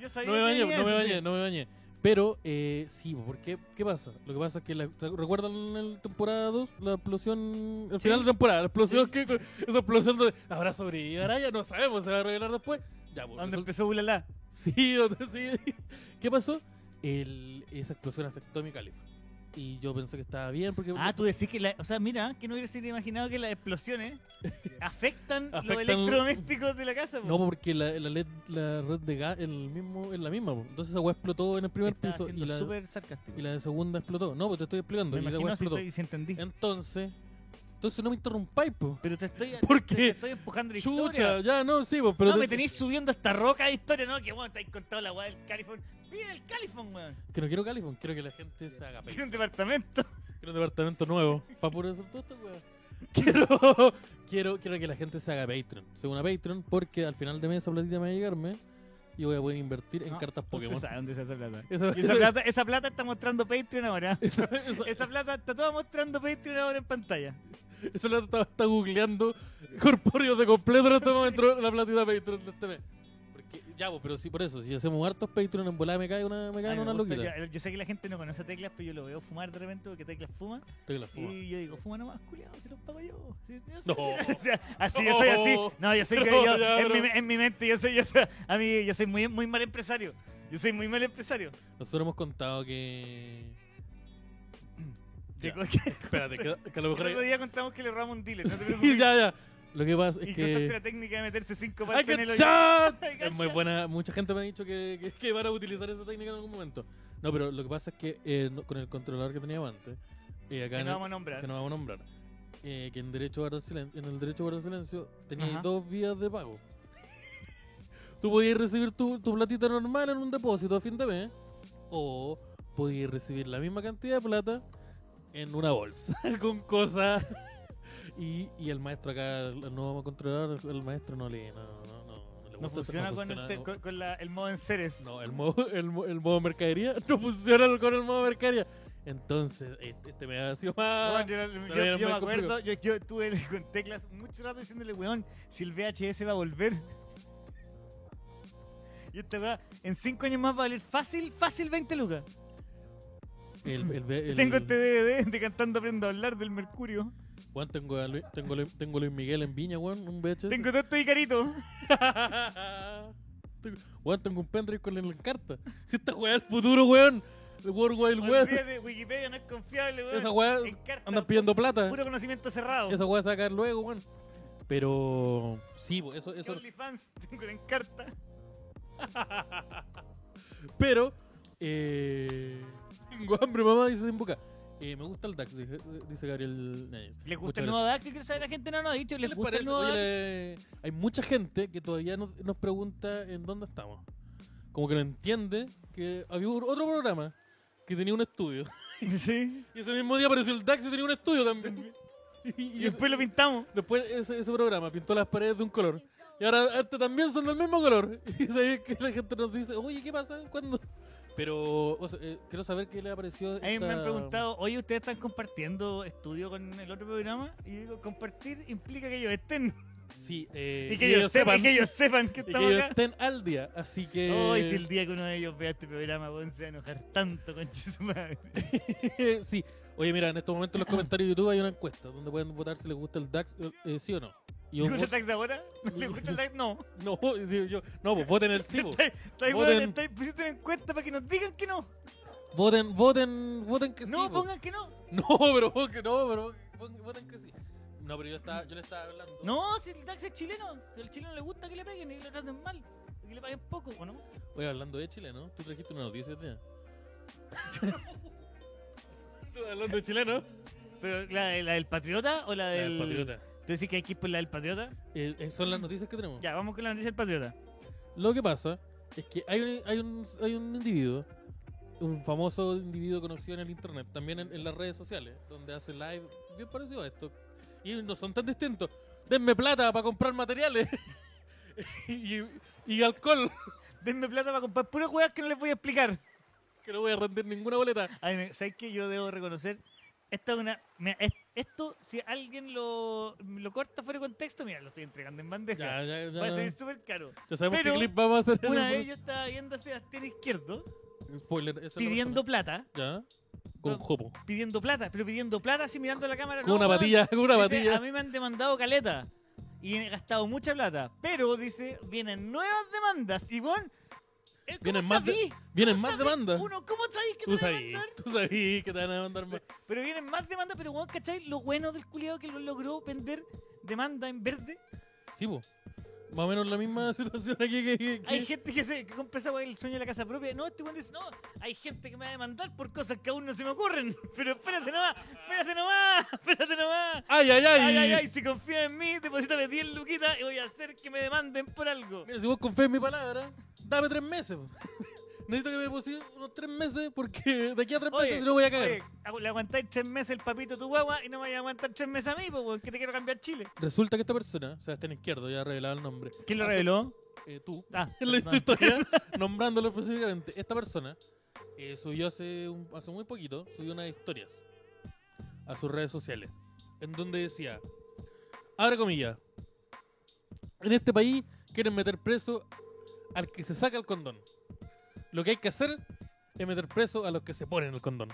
B: yo sabía
A: No me bañé,
B: que venía
A: no me
B: eso,
A: bañé,
B: sí.
A: no me bañé. Pero, eh, sí, porque, ¿qué pasa? Lo que pasa es que, la- ¿te ¿recuerdan la temporada 2? La explosión, el
B: Sí.
A: final de temporada, la explosión que, esa explosión de, ¿habrá sobrevivido Araya? No sabemos, se va a revelar después. Ya, pues,
B: ¿Dónde
A: resulta-
B: empezó Bulala?
A: sí, donde- sí. ¿Qué pasó? El- esa explosión afectó a mi califa. Y yo pensé que estaba bien porque...
B: Ah, tú decís que la... O sea, mira, que no hubiera sido imaginado que las explosiones afectan, los
A: Afectan-
B: electrodomésticos de la casa. po.
A: No, porque la, la, LED- la red de gas el mismo, es la misma. po. Entonces esa weá explotó en el primer
B: Estaba
A: piso y
B: siendo
A: la,
B: súper sarcástico.
A: y la de segunda explotó. No, pues te estoy explicando.
B: Me
A: y la
B: imagino
A: weá
B: si,
A: explotó.
B: estoy- si entendí.
A: Entonces, entonces no me interrumpáis, po.
B: Pero te estoy,
A: ¿Por
B: te-
A: qué?
B: te estoy empujando la historia.
A: Chucha, ya no, sí, po, pero
B: no,
A: te-
B: me tenéis subiendo esta roca de historia, ¿no? Que bueno, te habéis contado la weá del California. Pide el California, weón.
A: que no quiero califón, quiero que la gente se haga
B: Quiero
A: pay.
B: un departamento.
A: Quiero un departamento nuevo para poder hacer todo esto, weón. Quiero, quiero, quiero que la gente se haga Patreon. Según a Patreon, porque al final de mes esa platita me va a llegarme y voy a poder invertir en
B: No,
A: cartas
B: ¿Usted
A: Pokémon.
B: sabe dónde se hace plata?
A: Esa-
B: Y esa
A: esa-
B: plata, esa plata está mostrando Patreon ahora.
A: Esa, esa-
B: Esa plata está toda mostrando Patreon ahora en pantalla.
A: esa plata está, está googleando corpóreos de completo en este momento la platita Patreon de este mes. Porque, ya, po, pero sí, por eso, si hacemos hartos Patreon en volada me cae una, me
B: A
A: cae
B: mí me
A: una
B: gusta
A: loquita.
B: que- yo sé que la gente no conoce a Teclas, pero yo lo veo fumar de repente porque Teclas fuma.
A: Estoy que la fuma.
B: Y yo digo, fuma nomás, culiado, si los pago yo. Si- yo-
A: No.
B: o sea, así, yo soy así. No, yo soy que
A: Oh, No,
B: yo,
A: ya,
B: en, mi,
A: pero-
B: en mi mente, yo soy, yo soy- a mí, yo soy muy, muy mal empresario. Yo soy muy mal empresario.
A: Nosotros hemos contado que. Ya.
B: Yo- que-
A: Espérate, que, que a lo mejor.
B: el otro
A: hay-
B: día contamos que le robamos un dealer. No te
A: Sí,
B: preocupes.
A: ya, ya. Lo que pasa
B: y
A: es
B: contaste la
A: que.
B: técnica de meterse cinco
A: ¡Ay,
B: patas en
A: que
B: el hoyo.
A: chat!
B: Ay, que
A: Es muy
B: chat.
A: buena. Mucha gente me ha dicho que, que, que van a utilizar esa técnica en algún momento. No, pero lo que pasa es que eh, no- con el controlador que teníamos antes. eh, acá
B: Que
A: en
B: no
A: el-
B: vamos a nombrar.
A: que no vamos a nombrar. eh, que en, derecho a guardar silencio, en el derecho a guardar silencio tenías
B: Ajá.
A: dos vías de pago. Tú podías recibir tu, tu platita normal en un depósito a fin de mes o podías recibir la misma cantidad de plata en una bolsa con cosas. Y, y el maestro acá, el el nuevo controlador, el maestro no le, no, no, no, no le gusta,
B: No funciona
A: no
B: con, este el,
A: funciona,
B: te-
A: no-
B: con, con la- el modo en seres.
A: no, el modo, el, mo- el modo mercadería no funciona con el modo mercadería. Entonces, este, este me ha sido más.
B: Weón, yo, yo-
A: todavía
B: yo
A: no me
B: me
A: complicó.
B: acuerdo, yo, yo estuve con teclas mucho rato diciéndole, weón, si el VHS va a volver. Y esta weá, en 5 años más va a valer fácil, fácil 20 lucas.
A: El, el- el-
B: Tengo este DVD de Cantando Aprendo a Hablar del Mercurio.
A: Weón, tengo, a Luis, tengo, a Luis- tengo a Luis Miguel en Viña, weón, un VHS.
B: Tengo todo esto y carito.
A: Tengo- weón, tengo un pendrive con la carta. Si esta weá es el futuro, weón. El World Wide Web.
B: Olvídate, Wikipedia no es confiable, weón.
A: Esa weá
B: En carta,
A: andan pidiendo plata.
B: Puro conocimiento cerrado.
A: Esa weá se va a caer luego, weón. Pero sí, po, eso,
B: ¿Qué
A: eso.
B: OnlyFans tengo en carta.
A: Pero eh, tengo hambre, mamá, dice en boca. me gusta el DAX, dice, dice Gabriel. Núñez.
B: ¿Les gusta
A: Muchas
B: el nuevo DAX? Yo quiero saber, la gente no nos ha dicho.
A: ¿Qué
B: ¿Les
A: les
B: gusta
A: parece?
B: el nuevo
A: Oye,
B: DAX?
A: le- Hay mucha gente que todavía nos, nos pregunta en dónde estamos. Como que no entiende que había un- otro programa que tenía un estudio.
B: Sí.
A: Y ese mismo día apareció el DAX y tenía un estudio también. Y,
B: Y después lo pintamos.
A: después ese, ese programa pintó las paredes de un color. Y ahora este también son del mismo color. Y sabes que la gente nos dice, oye, ¿qué pasa? ¿Cuándo? Pero o sea, eh, quiero saber qué le apareció.
B: A mí me han
A: esta-
B: preguntado, oye, ¿ustedes están compartiendo estudio con el otro programa? Y digo, compartir implica que ellos estén.
A: Sí, eh,
B: Y que ellos sepan, y que ellos sepan que
A: y que
B: estamos
A: ellos
B: acá.
A: estén al día. Así que...
B: Hoy, si el día que uno de ellos vea este programa, weón, se va a enojar tanto con su madre.
A: sí. Oye, mira, en estos momentos en los comentarios de YouTube hay una encuesta donde pueden votar si les gusta el DAX, eh, eh, sí o no. Y
B: ¿Le
A: un
B: gusta el
A: voto-
B: tax de ahora? ¿Le gusta el tax? No.
A: no, sí, yo- no, pues voten el sí. pues.
B: Estáis- estáis,
A: Voten.
B: weón, estáis- Pusiste pues, en cuenta para que nos digan que no.
A: Voten, voten, voten que sí.
B: No,
A: pues.
B: pongan que no.
A: No, pero vos que no, pero vos que- vos- voten que sí. No, pero yo, estaba, yo le estaba hablando.
B: No, si el tax es chileno. Al chileno le gusta que le peguen y que lo traten mal. y Que le paguen poco, ¿o no?
A: Oye, hablando de Chile, ¿no? Tú trajiste una noticia, tía. hablando de chileno?
B: Pero, ¿la, de- la del patriota o la
A: La del
B: del...?
A: patriota.
B: ¿Tú decís que hay que ir por la del patriota?
A: Eh, eh, son las noticias que tenemos.
B: Ya, vamos con la noticia del patriota.
A: Lo que pasa es que hay un, hay un, hay un individuo, un famoso individuo conocido en el internet, también en, en las redes sociales, donde hace live bien parecido a esto. Y no son tan distintos. Denme plata para comprar materiales y, y alcohol,
B: Denme plata para comprar puras weas que no les voy a explicar.
A: que no voy a rendir ninguna boleta.
B: Ay, me- ¿Sabes qué? Yo debo reconocer. Esta es una. mira, es- esto, si alguien lo, lo corta fuera de contexto, mira, lo estoy entregando en bandeja.
A: Ya, ya, ya.
B: Va a salir súper caro.
A: Ya sabemos
B: Pues Pero,
A: qué clip vamos a hacer. en
B: Una
A: el-
B: vez yo estaba viendo a Sebastián Izquierdo
A: Spoiler, esa es la
B: pidiendo plata,
A: persona. Ya. Con
B: No.
A: jopo.
B: pidiendo plata, pero pidiendo plata así mirando la cámara.
A: Con
B: no,
A: una
B: weón.
A: patilla, con una
B: Dice, A
A: patilla.
B: mí me han demandado caleta y he gastado mucha plata, pero dice, vienen nuevas demandas. Y bueno, eh, ¿cómo
A: Vienen más de-
B: sabí?
A: Vienen
B: ¿Cómo
A: más
B: sabí?
A: demandas.
B: Uno, ¿cómo sabéis que te
A: Tú
B: van a
A: sabí,
B: demandar?
A: tú sabí que te van a mandar más.
B: Pero vienen más demandas, pero weón, ¿cachai? Lo bueno del culiado que lo logró vender demanda en verde.
A: Sí, po. Más o menos la misma situación aquí que. que-
B: Hay
A: que-
B: gente que se que compra esa weá, el sueño de la casa propia. No, este weón dice, no, hay gente que me va a demandar por cosas que aún no se me ocurren. Pero espérate nomás, espérate nomás, espérate nomás.
A: ¡Ay, ay, ay!
B: Ay, ay, ay, si confía en mí, deposítame 10 luquitas y voy a hacer que me demanden por algo.
A: Mira, si vos confías en mi palabra, dame tres meses. po. Necesito que me deposites unos tres meses porque de aquí a tres meses
B: Oye,
A: si no voy a cagar.
B: oye, agu- le aguantáis tres meses el papito a tu guagua y no me vais a aguantar tres meses a mí, pues, weón, que te quiero cambiar Chile.
A: Resulta que esta persona, o sea, está en izquierdo, ya ha revelado el nombre.
B: ¿Quién lo
A: Hace-
B: reveló?
A: eh, tú.
B: Ah,
A: En la
B: perdón.
A: historia, nombrándolo específicamente. Esta persona eh, subió hace, un- hace muy poquito, subió unas historias a sus redes sociales. En donde decía, abre comillas, en este país quieren meter preso al que se saca el condón. Lo que hay que hacer es meter preso a los que se ponen el condón.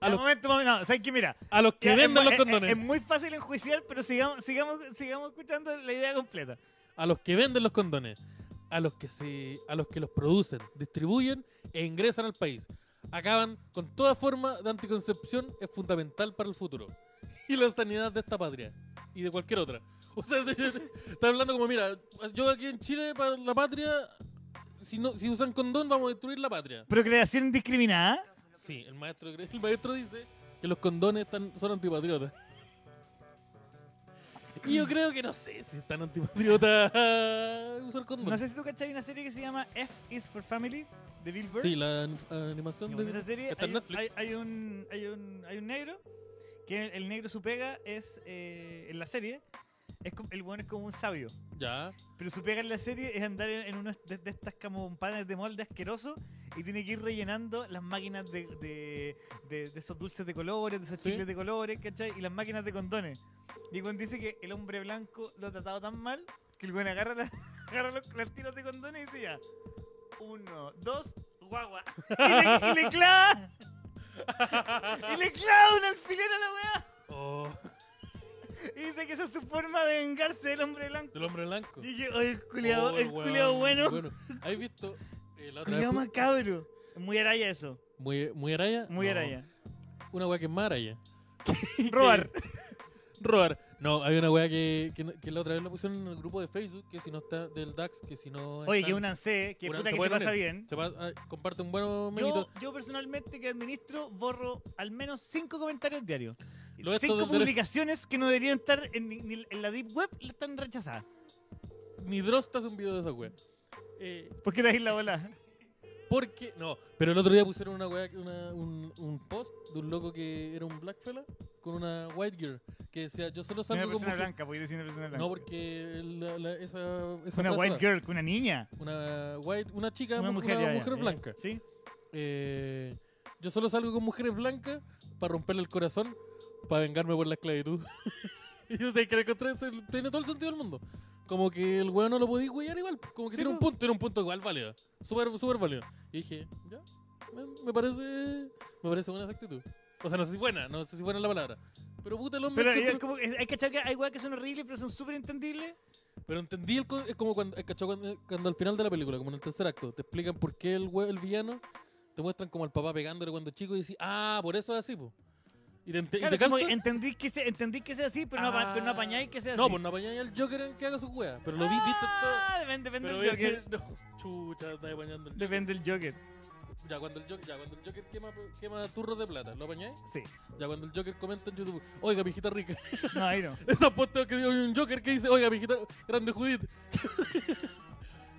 A: A
B: Al
A: los,
B: momento, momento, no, ¿sabes qué? Mira,
A: a los que
B: Ya, es,
A: venden
B: mu-
A: los
B: es-
A: condones.
B: es muy fácil enjuiciar, pero sigamos, sigamos, sigamos escuchando la idea completa.
A: a los que venden los condones, a los que se, a los que los producen, distribuyen e ingresan al país. Acaban con toda forma de anticoncepción es fundamental para el futuro y la sanidad de esta patria y de cualquier otra. O sea, está hablando como mira, yo aquí en Chile para la patria si no si usan condón vamos a destruir la patria.
B: Procreación indiscriminada.
A: Sí, el maestro cre- el maestro dice que los condones están, son antipatriotas. Y yo creo que no sé si están antipatriotas usar condones.
B: No sé si tú cachai una serie que se llama F is for Family de Bill Burr.
A: Sí, la an- animación
B: Como en esa
A: de...
B: serie
A: está
B: hay
A: en
B: un,
A: Netflix.
B: hay- hay un, hay un- hay un negro que el negro su pega es eh, en la serie Es como- el weón es como un sabio.
A: Ya.
B: Pero su pega en la serie es andar en, en unas de, de estas como panes de molde asqueroso y tiene que ir rellenando las máquinas de, de, de- de esos dulces de colores, de esos
A: Sí.
B: chicles de colores, ¿cachai? Y las máquinas de condones. Y cuando dice que el hombre blanco lo ha tratado tan mal que el buen agarra, la- agarra los, las tiras de condones y dice ya. Uno, dos, guagua. Y le, y le clava. y le clava un alfiler a la weá.
A: Oh,
B: Y dice que esa es su forma de vengarse del hombre blanco.
A: del hombre blanco.
B: Y yo, "Ay, el culiado,
A: Oh,
B: el
A: weón,
B: culiado bueno.
A: ¿Has visto eh, la otra vez
B: Cuidado
A: fu-
B: macabro. Muy araya eso.
A: muy, muy araya?
B: Muy
A: No,
B: araya.
A: Una weá que es más araya.
B: Robar.
A: Robar. No, hay una weá que, que, no- que la otra vez la pusieron en el grupo de Facebook, que si no está del DAX, que si no...
B: Oye,
A: están-
B: que un ANSE, que
A: un
B: puta
A: ANSE
B: que se
A: bueno,
B: pasa bien.
A: se va- ah, comparte un buen
B: Yo,
A: mérito.
B: yo personalmente que administro borro al menos cinco comentarios diarios.
A: Lo de
B: cinco
A: estos del-
B: publicaciones que no deberían estar en, ni- ni en la deep web las están rechazadas.
A: Mi drosta es un video de esa weá. Eh,
B: ¿Por qué te das la bola?
A: Porque, no, pero el otro día pusieron una weá, una- un, un post de un loco que era un black fella con una white girl que decía, yo solo
B: Una
A: salgo con
B: persona
A: mujeres.
B: blanca, voy decir una persona blanca.
A: No, porque la- la- esa, esa
B: una
A: frase
B: white
A: va.
B: girl, una niña.
A: Una white, una chica,
B: Una mujer, ya, ya, ya.
A: blanca.
B: ¿Sí?
A: Eh, yo solo salgo con mujeres blancas para romperle el corazón, para vengarme por la esclavitud. y yo sé que la encontré, se- tiene todo el sentido del mundo. Como que el weón no lo podía huear igual, como que
B: Sí,
A: tiene un
B: po.
A: punto, tiene un punto igual válido. Súper, súper válido. Y dije, ya, me, me parece, me parece buena esa actitud. O sea, no sé si buena, no sé si buena es la palabra. Pero puta el hombre.
B: Pero
A: encontró-
B: es como, es- hay que achar que hay weas que son horribles, pero son súper entendibles.
A: Pero entendí, el, co- es como cuando, eh, ¿cachai? cuando, cuando al final de la película, como en el tercer acto, te explican por qué el, hue- el villano, te muestran como al papá pegándole cuando chico y dices, ah, por eso es así, po. Y te, ente- y
B: Claro,
A: te
B: como
A: cansas.
B: entendís que, sea- entendís que sea así, pero, no,
A: Ah.
B: apa- pero no apañáis que sea
A: No,
B: así.
A: pues no apañáis al Joker en que haga sus weas. Pero lo vi, viste todo.
B: Ah, depende, depende
A: Pero vi
B: del Joker.
A: que- no, chucha, está apañando el
B: Depende del Joker.
A: Joker. Ya, cuando el Joker, ya, cuando el Joker quema, quema turros de plata, ¿lo apañáis?
B: Sí.
A: Ya, cuando el Joker comenta en YouTube, oiga, mijita rica.
B: No, ahí no.
A: Esa posta que dio un Joker que dice, oiga, mijita, grande Judith.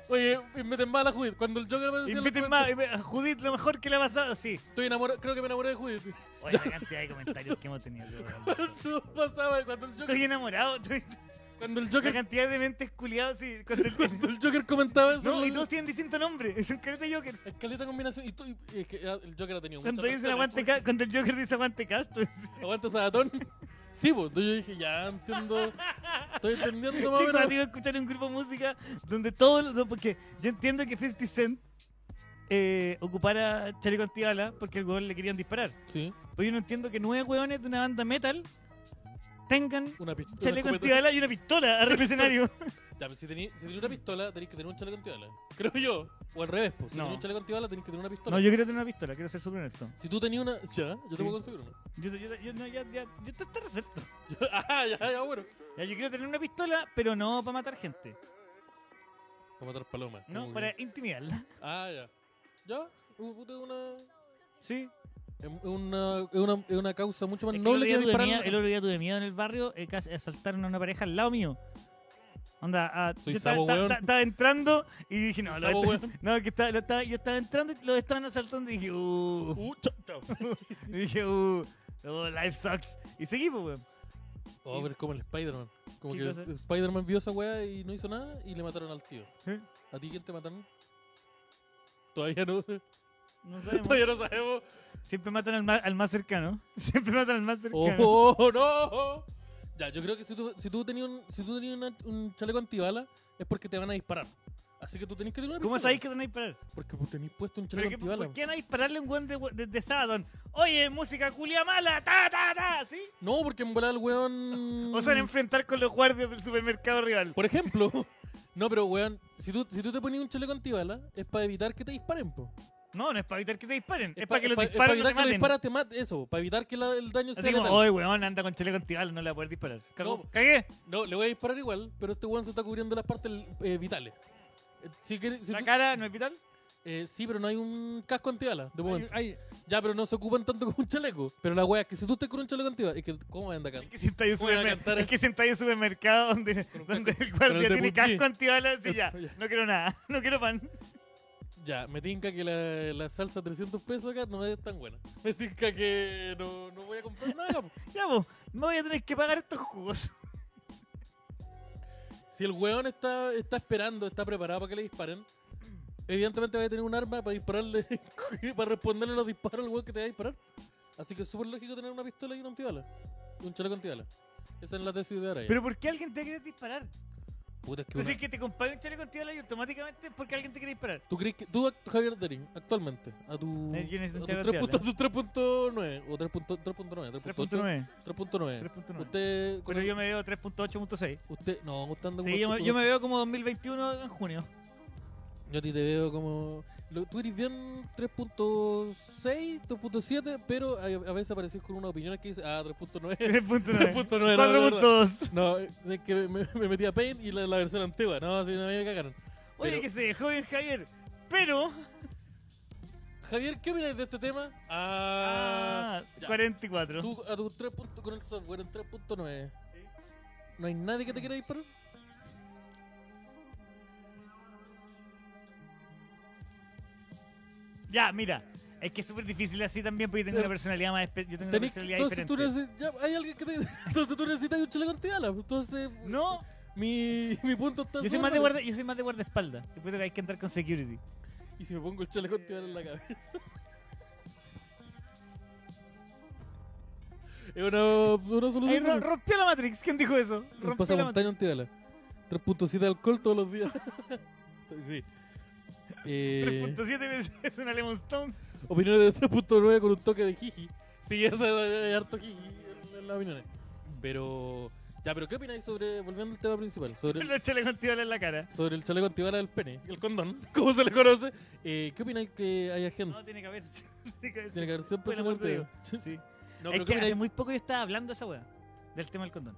A: Oye, inviten más a la Judith. Cuando el Joker apareció en los
B: Inviten más. inve- Judith, lo mejor que le ha pasado. Sí.
A: Estoy enamorado, creo que me enamoré de Judith.
B: Oye, la cantidad de comentarios que hemos tenido. de verdad.
A: Cuando pasaba, cuando el Joker,
B: Estoy enamorado. estoy-
A: cuando el
B: La
A: Joker,
B: cantidad de mentes culiados. Sí, cuando el-
A: cuando el Joker comentaba eso,
B: No, y
A: la-
B: todos tienen distinto nombre. Es un careta Joker.
A: escaleta combinación. Y tú, y- es que ah, el Joker ha tenido
B: Cuando,
A: muchas
B: dicen
A: versiones,
B: aguante ca- cuando el Joker dice aguante casto. es-
A: pues. Aguanta Sabatón. Sí, pues, entonces yo dije, ya entiendo, estoy entendiendo más o
B: Qué
A: menos.
B: cuático escuchar un grupo de música donde todos los. no, Porque yo entiendo que 50 Cent eh, ocupara chaleco antibala porque al weón le querían disparar.
A: Sí,
B: Pues yo no entiendo que nueve hueones de una banda metal tengan
A: una pistola.
B: chaleco
A: escopeta.
B: antibala y una pistola arriba del escenario.
A: Ya, pero si tenéis si tení una pistola, tenéis que tener un chaleco antibala. Creo yo. O al revés, pues. Si
B: No.
A: tenéis un chaleco antibala, tenéis que tener una pistola.
B: No, yo quiero tener una pistola, quiero ser súper honesto.
A: Si tú tenías una. Ya, yo te
B: Sí.
A: puedo conseguir una.
B: Yo, yo, yo, no, ya, ya, yo te, te recepto.
A: ah, ya, ya, bueno.
B: Ya, yo quiero tener una pistola, pero no para matar gente.
A: Para matar palomas.
B: No,
A: como
B: para
A: que-
B: intimidarla.
A: Ah, ya. Ya, uh, puta, una.
B: Sí.
A: Es una, es una, es una causa mucho más
B: Es que
A: noble que
B: el, otro día tuve
A: disparar.
B: miedo, el otro día tuve miedo en el barrio, eh, casi asaltaron a una pareja al lado mío. Onda, ah,
A: Soy
B: yo estaba,
A: sabo,
B: estaba-
A: weón.
B: estaba- estaba entrando y dije, no,
A: Soy
B: lo-
A: sabo, weón.
B: no, que estaba, lo estaba- yo estaba entrando y lo estaban asaltando y dije, uh,
A: Uh, chao, chao.
B: Y dije, uh, oh, life sucks. Y seguí, pues, weón.
A: Oh, pero es como el Spider-Man. Como
B: ¿Qué
A: que
B: cosa?
A: Spider-Man vio esa weá y no hizo nada y le mataron al tío.
B: ¿Eh?
A: ¿A ti quién te mataron? Todavía no,
B: No sabemos.
A: todavía no sabemos.
B: Siempre matan al más, al más cercano. Siempre matan al más
A: Oh,
B: cercano.
A: oh, oh, no. Ya, yo creo que si tú, si tú tenías, un, si tú tenías una- un chaleco antibala es porque te van a disparar. Así que tú tenés que tener una
B: ¿Cómo
A: pistola.
B: sabéis que van a disparar?
A: Porque pues, tenés puesto un
B: ¿Pero
A: chaleco
B: qué,
A: antibala.
B: ¿Por qué van a dispararle a un weón de, de, de Sabaton? Oye, música culia mala, ta, ta, ta, ¿sí?
A: No, porque en volar el weón.
B: O se van a enfrentar con los guardias del supermercado rival.
A: Por ejemplo. No, pero weón, si tú, si tú te pones un chaleco antibala, es para evitar que te disparen, po.
B: No, no es para evitar que te disparen. Es,
A: Es
B: para
A: pa-
B: que los
A: es pa- es pa
B: disparen no
A: evitar
B: te
A: que los
B: maten.
A: disparas te mate- eso, para evitar que la- el daño sea
B: Así como,
A: letal.
B: oye, weón, anda con chaleco antibal, no le va a poder disparar. Cagó.
A: No.
B: Cagué.
A: No, le voy a disparar igual, pero este weón se está cubriendo las partes eh, vitales. Eh, Si quieres- si
B: La
A: tú-
B: cara no es vital.
A: eh, sí, pero no hay un casco antibala, de momento.
B: Ay, ay.
A: Ya, pero no se ocupan tanto como un chaleco. Pero la wea es que si tú estás con un chaleco antibala, es que, ¿cómo anda acá?
B: Es que si está en un
A: Voy a cantar.
B: supermercado, es que si está en un supermercado donde,
A: un
B: donde el
A: con el
B: guardia
A: de
B: tiene
A: Bungie.
B: casco antibalas y ya,
A: Ya.
B: no quiero nada, no quiero pan.
A: Ya, me tinca que la, la salsa 300 pesos acá no es tan buena. Me tinca que no, no voy a comprar nada. po.
B: Ya, vos, me voy a tener que pagar estos jugos.
A: Si el weón está, está esperando, está preparado para que le disparen, evidentemente va a tener un arma para dispararle, para responderle los disparos al weón que te va a disparar. Así que es súper lógico tener una pistola y un antibala. Un chaleco antibala. Esa es la tesis de Araya.
B: ¿Pero por qué alguien te quiere disparar?
A: Puta, es que
B: Entonces
A: una-
B: es que te compare un chaleco antibala y automáticamente es porque alguien te quiere disparar.
A: ¿Tú crees que tú, Javier Derin, actualmente, a tu,
B: Eh, yo necesito
A: a tu
B: un
A: 3.0,
B: chaleco
A: a tu 3.9 o 3.9, 3.9,
B: 3.9.
A: 3.9,
B: 3.9.
A: usted,
B: Bueno, yo me veo 3.8.6.
A: usted, no, usted anda como
B: Sí, yo me,
A: el-
B: yo me veo como 2021 en junio.
A: Yo a ti te veo como. lo- Tú eres bien 3.6, 3.7, pero a, a veces apareces con una opinión que dice, ah, 3.9.
B: 3.9.
A: 3.9, no, de verdad.
B: 4.2.
A: No, es que me, me metí a Paint y la, la versión antigua, no, así no me cagaron.
B: Oye,
A: Pero-
B: que se dejó bien Javier. Pero.
A: Javier, ¿qué opinas de este tema? Ah,
B: Ah,
A: ya.
B: 44.
A: tú a tu 3. punto- con el software en 3.9. ¿No hay nadie que te quiera disparar?
B: Ya, mira. Es que es súper difícil así también porque yo tengo
A: Pero-
B: una personalidad más. espe- Yo tengo una
A: Tenés-
B: personalidad
A: entonces tú
B: diferente.
A: neces- ya, hay alguien que te, entonces tú necesitas un chaleco antibala. Entonces,
B: No,
A: mi, mi punto está.
B: yo soy,
A: súper
B: más de
A: válido.
B: guarda, yo soy más de guardaespaldas. Después de que hay que entrar con security.
A: Y si me pongo el chaleco antibala en
B: Eh.
A: la cabeza. es una, una
B: Ahí
A: solución.
B: ro- rompió la Matrix. ¿Quién dijo eso?
A: Un
B: Rompió la Matrix.
A: pasamontaña antibala. 3.7 de alcohol todos los días. sí. Eh,
B: 3.7 veces es una Lemon Stone.
A: opiniones de 3.9 con un toque de jiji. Sí, eso es, es harto jiji en- en las opiniones. Pero. Ya, pero ¿qué opináis sobre. Volviendo al tema principal. Sobre,
B: Los chalecos antibales en la cara.
A: sobre el chaleco antibala del pene. El condón. ¿Cómo se le conoce? Eh, ¿Qué opináis que haya gente?
B: No, tiene que haber. Tiene que haber.
A: Mm. Tiene que haber siempre
B: Por el amor de
A: chaleco antibala.
B: Sí.
A: No, pero
B: es
A: ¿qué
B: que hace
A: opináis?
B: muy poco yo estaba hablando de esa weá. Del tema del condón.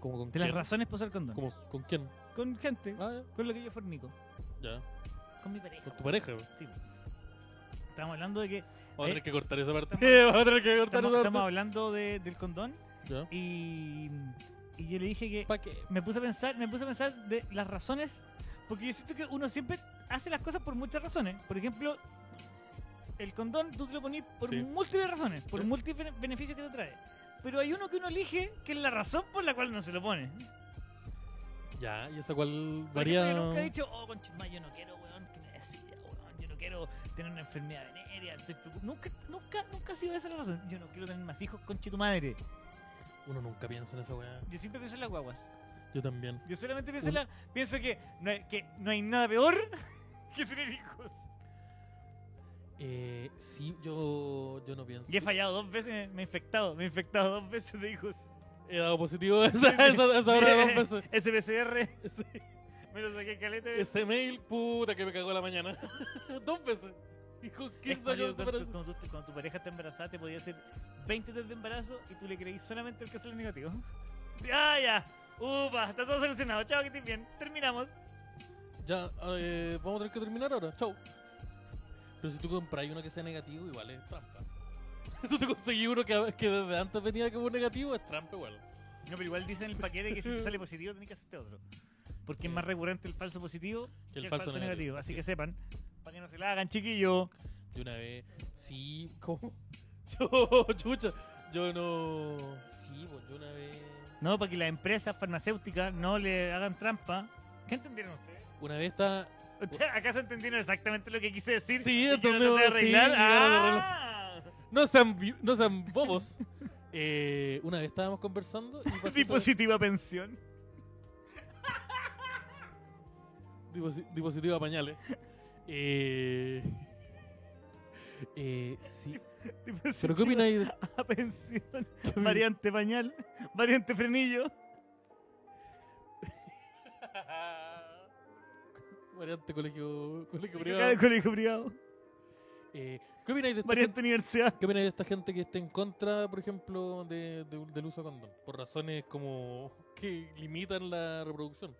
A: ¿Cómo con
B: De las
A: quién?
B: razones por usar condón.
A: ¿Cómo- ¿Con quién?
B: Con gente.
A: Ah,
B: Con lo que yo fornico.
A: ya.
B: Con mi pareja.
A: Con tu pareja. güey.
B: Sí. Estamos hablando de que.
A: Vamos a tener que cortar esa parte.
B: estamos-
A: Vamos a tener que cortar
B: Estamos,
A: esa
B: estamos
A: parte.
B: hablando de- del condón.
A: Ya.
B: Y. Y yo le dije que.
A: ¿Para qué?
B: Me puse a pensar, me puse a pensar de las razones. Porque yo siento que uno siempre hace las cosas por muchas razones. Por ejemplo, el condón tú te lo ponís por
A: Sí.
B: múltiples razones, por
A: Sí.
B: múltiples beneficios que te trae. Pero hay uno que uno elige que es la razón por la cual no se lo pone.
A: Ya, ¿y esa cual
B: Por
A: varía?
B: ejemplo, yo nunca he dicho, oh, conchetumare, yo no quiero, weón, que me decida, weón, yo no quiero tener una enfermedad venérea, estoy preocup- Nunca, nunca, nunca ha sido esa la razón. Yo no quiero tener más hijos, conche tu madre.
A: Uno nunca piensa en esa weá.
B: Yo siempre pienso en las guaguas.
A: Yo también.
B: Yo solamente pienso, en
A: Un-
B: la, pienso que, no hay, que no hay nada peor que tener hijos.
A: Eh, sí, yo, yo no pienso.
B: Y he fallado dos veces, me he infectado, me he infectado dos veces de hijos.
A: He dado positivo a esa, a esa, a esa hora de dos veces.
B: Ese PCR,
A: Ese,
B: me lo saqué caleta. de-
A: ese mail, puta, que me cagó la mañana. dos veces. Hijo, ¿qué
B: Es válido
A: salió
B: tanto cuando, tú- cuando tu pareja está embarazada, te podía hacer 20 test de embarazo y tú le creís solamente el que sale negativo. ¡Ya, ya! ¡Upa! Está todo solucionado. Chao, que estés bien. Terminamos.
A: Ya, eh, vamos a tener que terminar ahora. Chau. Pero si tú compras uno que sea negativo, igual es trampa. Si tú te conseguís uno que, que desde antes venía como negativo, es trampa igual.
B: No, pero igual dicen en el paquete que si te sale positivo, tenés que hacerte otro. Porque es más recurrente el falso positivo
A: Que el, falso, negativo.
B: Así que sepan, para que no se la hagan, chiquillo.
A: De una vez, sí, ¿cómo? Yo, chucha, yo no. Sí, pues yo una vez.
B: No, para que las empresas farmacéuticas no le hagan trampa. ¿Qué entendieron ustedes?
A: Una vez está.
B: ¿Ustedes acaso entendieron exactamente lo que quise decir?
A: Sí,
B: ¿Y yo lo traté
A: entendemos,
B: de arreglar?
A: sí,
B: ¡Ah!
A: No sean, vi- no sean bobos. Eh, una vez estábamos conversando y pasó sobre-
B: Dispositiva pensión.
A: Diposi- dispositivo a pañales. Eh, eh, sí. ¿Pero qué opináis? de-
B: A pensión.
A: qué opin-
B: Variante pañal. Variante frenillo.
A: Variante colegio, colegio
B: Cada
A: privado.
B: Colegio privado.
A: Eh, ¿Qué opináis de esta gente?
B: Variante universidad.
A: ¿Qué opináis de esta gente que está en contra, por ejemplo, de, de- del uso de condón? Por razones como que limitan la reproducción.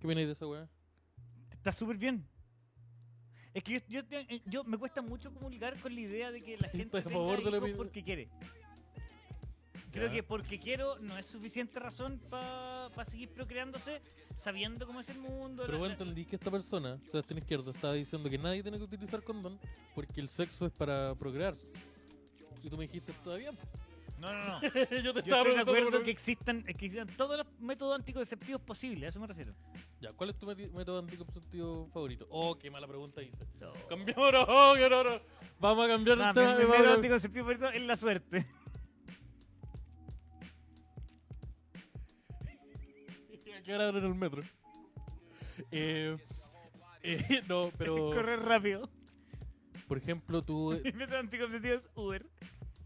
A: ¿Qué opináis de esa weá?
B: Está súper bien. Es que yo, yo, te- eh, yo- me cuesta mucho comulgar con la idea de que la gente
A: Estoy a
B: tenga
A: favor de la
B: hijos
A: opinión.
B: porque quiere. Creo
A: Ya.
B: que porque quiero no es suficiente razón para seguir procreándose sabiendo cómo es el mundo.
A: Pero
B: la-
A: vos
B: la-
A: entendís que esta persona, Sebastián Izquierdo, estaba diciendo que nadie tiene que utilizar condón porque el sexo es para procrear. Y tú me dijiste, está bien.
B: No, no, no.
A: Yo te estaba
B: Yo estoy de
A: preguntando por
B: acuerdo
A: lo-
B: que existan, que existan todos los métodos anticonceptivos posibles, a eso me refiero.
A: Ya, ¿cuál es tu meti- método anticonceptivo favorito? Oh, qué mala pregunta hice.
B: No.
A: Cambiamos, oh, que no, no. Vamos a cambiar el
B: No,
A: tema.
B: mi, mi
A: vamos a-
B: método anticonceptivo favorito es la suerte.
A: que ahora abren el metro. Eh, eh, no, pero
B: Correr rápido.
A: por ejemplo, tú,
B: Mi método anticonceptivo es Uber.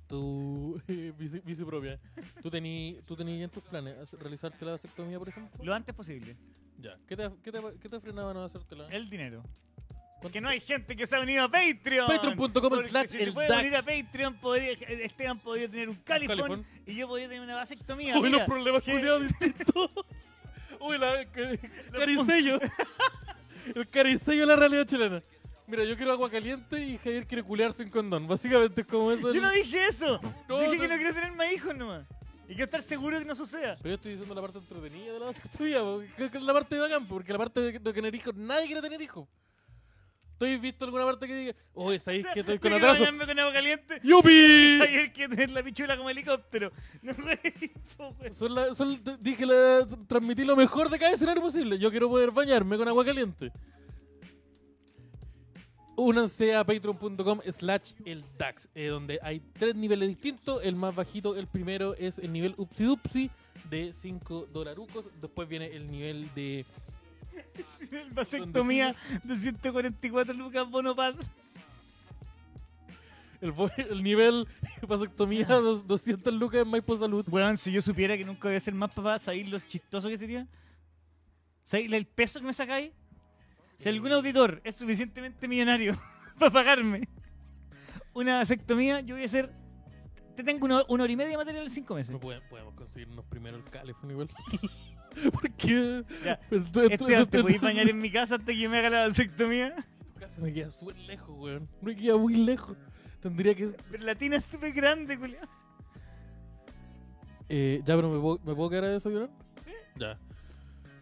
A: tú eh, bici, bici propia, tú tenías tú tení en tus planes hacer- realizarte la vasectomía, por ejemplo.
B: Lo antes posible.
A: Ya. ¿Qué te, qué te, qué te frenaba no hacértela?
B: El dinero.
A: ¿Cuánto-
B: Que no hay gente que se ha unido a Patreon.
A: Patreon.com
B: Porque
A: slash
B: si
A: el
B: te puedes
A: Dax.
B: unir a Patreon, podría, Esteban podría tener un califón,
A: califón.
B: y yo podría tener una vasectomía.
A: Uy, los
B: mira.
A: problemas
B: que-
A: culiados distintos. Uy, la, el caricello. El caricello de la realidad chilena. Mira, yo quiero agua caliente y Javier quiere culear sin condón. Básicamente es como eso.
B: Yo
A: el-
B: no dije eso.
A: No,
B: dije
A: no.
B: que no quiero tener más hijos nomás. Y quiero estar seguro de que no suceda.
A: Pero yo estoy diciendo la parte entretenida de la vasectomía, po, que que es la parte bacán, porque la parte de, de tener hijos, nadie quiere tener hijos. ¿Estoy visto alguna parte que diga, oye, sabéis que estoy con
B: Yo quiero
A: atraso?
B: bañarme con agua caliente.
A: ¡Yupi!
B: Ayer quiero tener la pichula como helicóptero. No pues, güey, po, güey.
A: Son la- son- d- dije, la- transmití lo mejor de cada escenario posible. Yo quiero poder bañarme con agua caliente. Únanse a patreon.com slash el DAX, eh, donde hay tres niveles distintos. El más bajito, el primero, es el nivel Upsi Dupsi de 5 dolarucos. Después viene el nivel de
B: Vasectomía de 144 lucas Bonopaz.
A: El, bo- el nivel vasectomía, dos- 200 lucas en Maipo Salud.
B: Weón, si yo supiera que nunca voy a ser más papá, ¿sabéis lo chistoso que sería? ¿Sabéis el peso que me sacáis? Si
A: Eh.
B: algún auditor es suficientemente millonario para pagarme una vasectomía, yo voy a hacer. Te tengo una, una hora y media de material en cinco meses.
A: No pueden- podemos conseguirnos primero el calefón igual. ¿Por qué?
B: Ya.
A: Pero tú- tú-
B: Esteban, ¿te
A: tú-
B: podéis
A: tú-
B: bañar en mi casa hasta que yo me haga la vasectomía?
A: tu casa me queda súper lejos, weón. Me queda muy lejos. Tendría que.
B: Pero la tina es súper grande, culiao.
A: Eh, ya, pero ¿me puedo, ¿me puedo quedar a desayunar? Sí. Ya.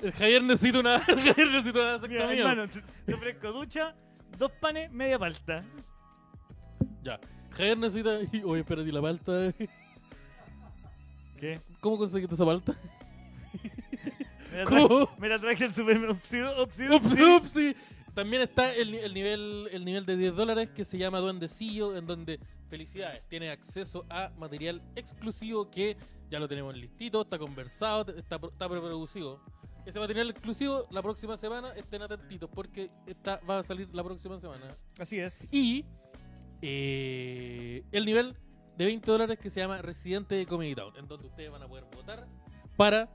A: El Javier necesita una. El Javier necesita una
B: Mira,
A: vasectomía.
B: hermano, te te ofrezco ducha, dos panes, media palta.
A: Ya. Javier necesita. y- Oye, espérate, ¿y la palta?
B: ¿Qué?
A: ¿Cómo conseguiste esa palta?
B: Me la
A: ¿Cómo?
B: traje, me la traje al supermercado. Opsido,
A: Ups, upsi. También está el, ni- el nivel, el nivel de 10 dólares que se llama Duendecillo, en donde, felicidades, tiene acceso a material exclusivo que ya lo tenemos listito, está conversado, te- está, pro- está preproducido. Ese material exclusivo, la próxima semana, estén atentitos porque está, va a salir la próxima semana.
B: Así es.
A: Y eh, el nivel de 20 dólares que se llama Residente de Comedy Town, en donde ustedes van a poder votar para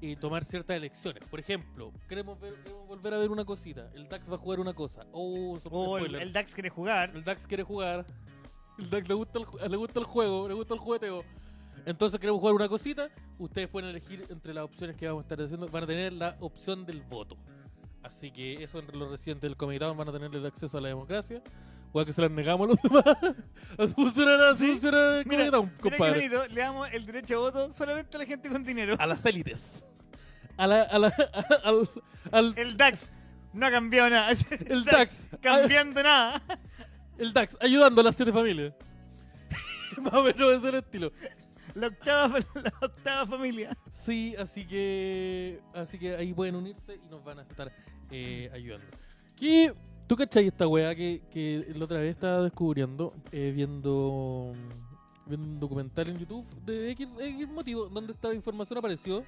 A: eh, tomar ciertas elecciones. Por ejemplo, queremos, ver- queremos volver a ver una cosita. El DAX va a jugar una cosa. Oh, son
B: Oh, el,
A: spoiler.
B: el Dax quiere jugar.
A: El DAX quiere jugar. El DAX le gusta el, ju- le gusta el juego, le gusta el jugueteo. Entonces queremos jugar una cosita. Ustedes pueden elegir entre las opciones que vamos a estar haciendo. Van a tener la opción del voto. Así que eso entre los residentes del Comedy Town van a tener el acceso a la democracia. O que se las negamos a los demás. Así funciona, así funciona el Comedy
B: Mira,
A: Town,
B: mira qué
A: compadre.
B: bonito, le damos el derecho a voto solamente a la gente con dinero.
A: A las élites. A la, a la, a- al, al-
B: El Dax no ha cambiado nada. El,
A: el DAX.
B: cambiando nada.
A: El DAX, ayudando a las siete familias. Más o menos ese es el estilo.
B: La octava, la octava familia.
A: Sí, así que así que ahí pueden unirse y nos van a estar eh, ayudando. ¿Qué, ¿Tú cachai esta weá que, que la otra vez estaba descubriendo eh, viendo, viendo un documental en YouTube de X, X motivo donde esta información apareció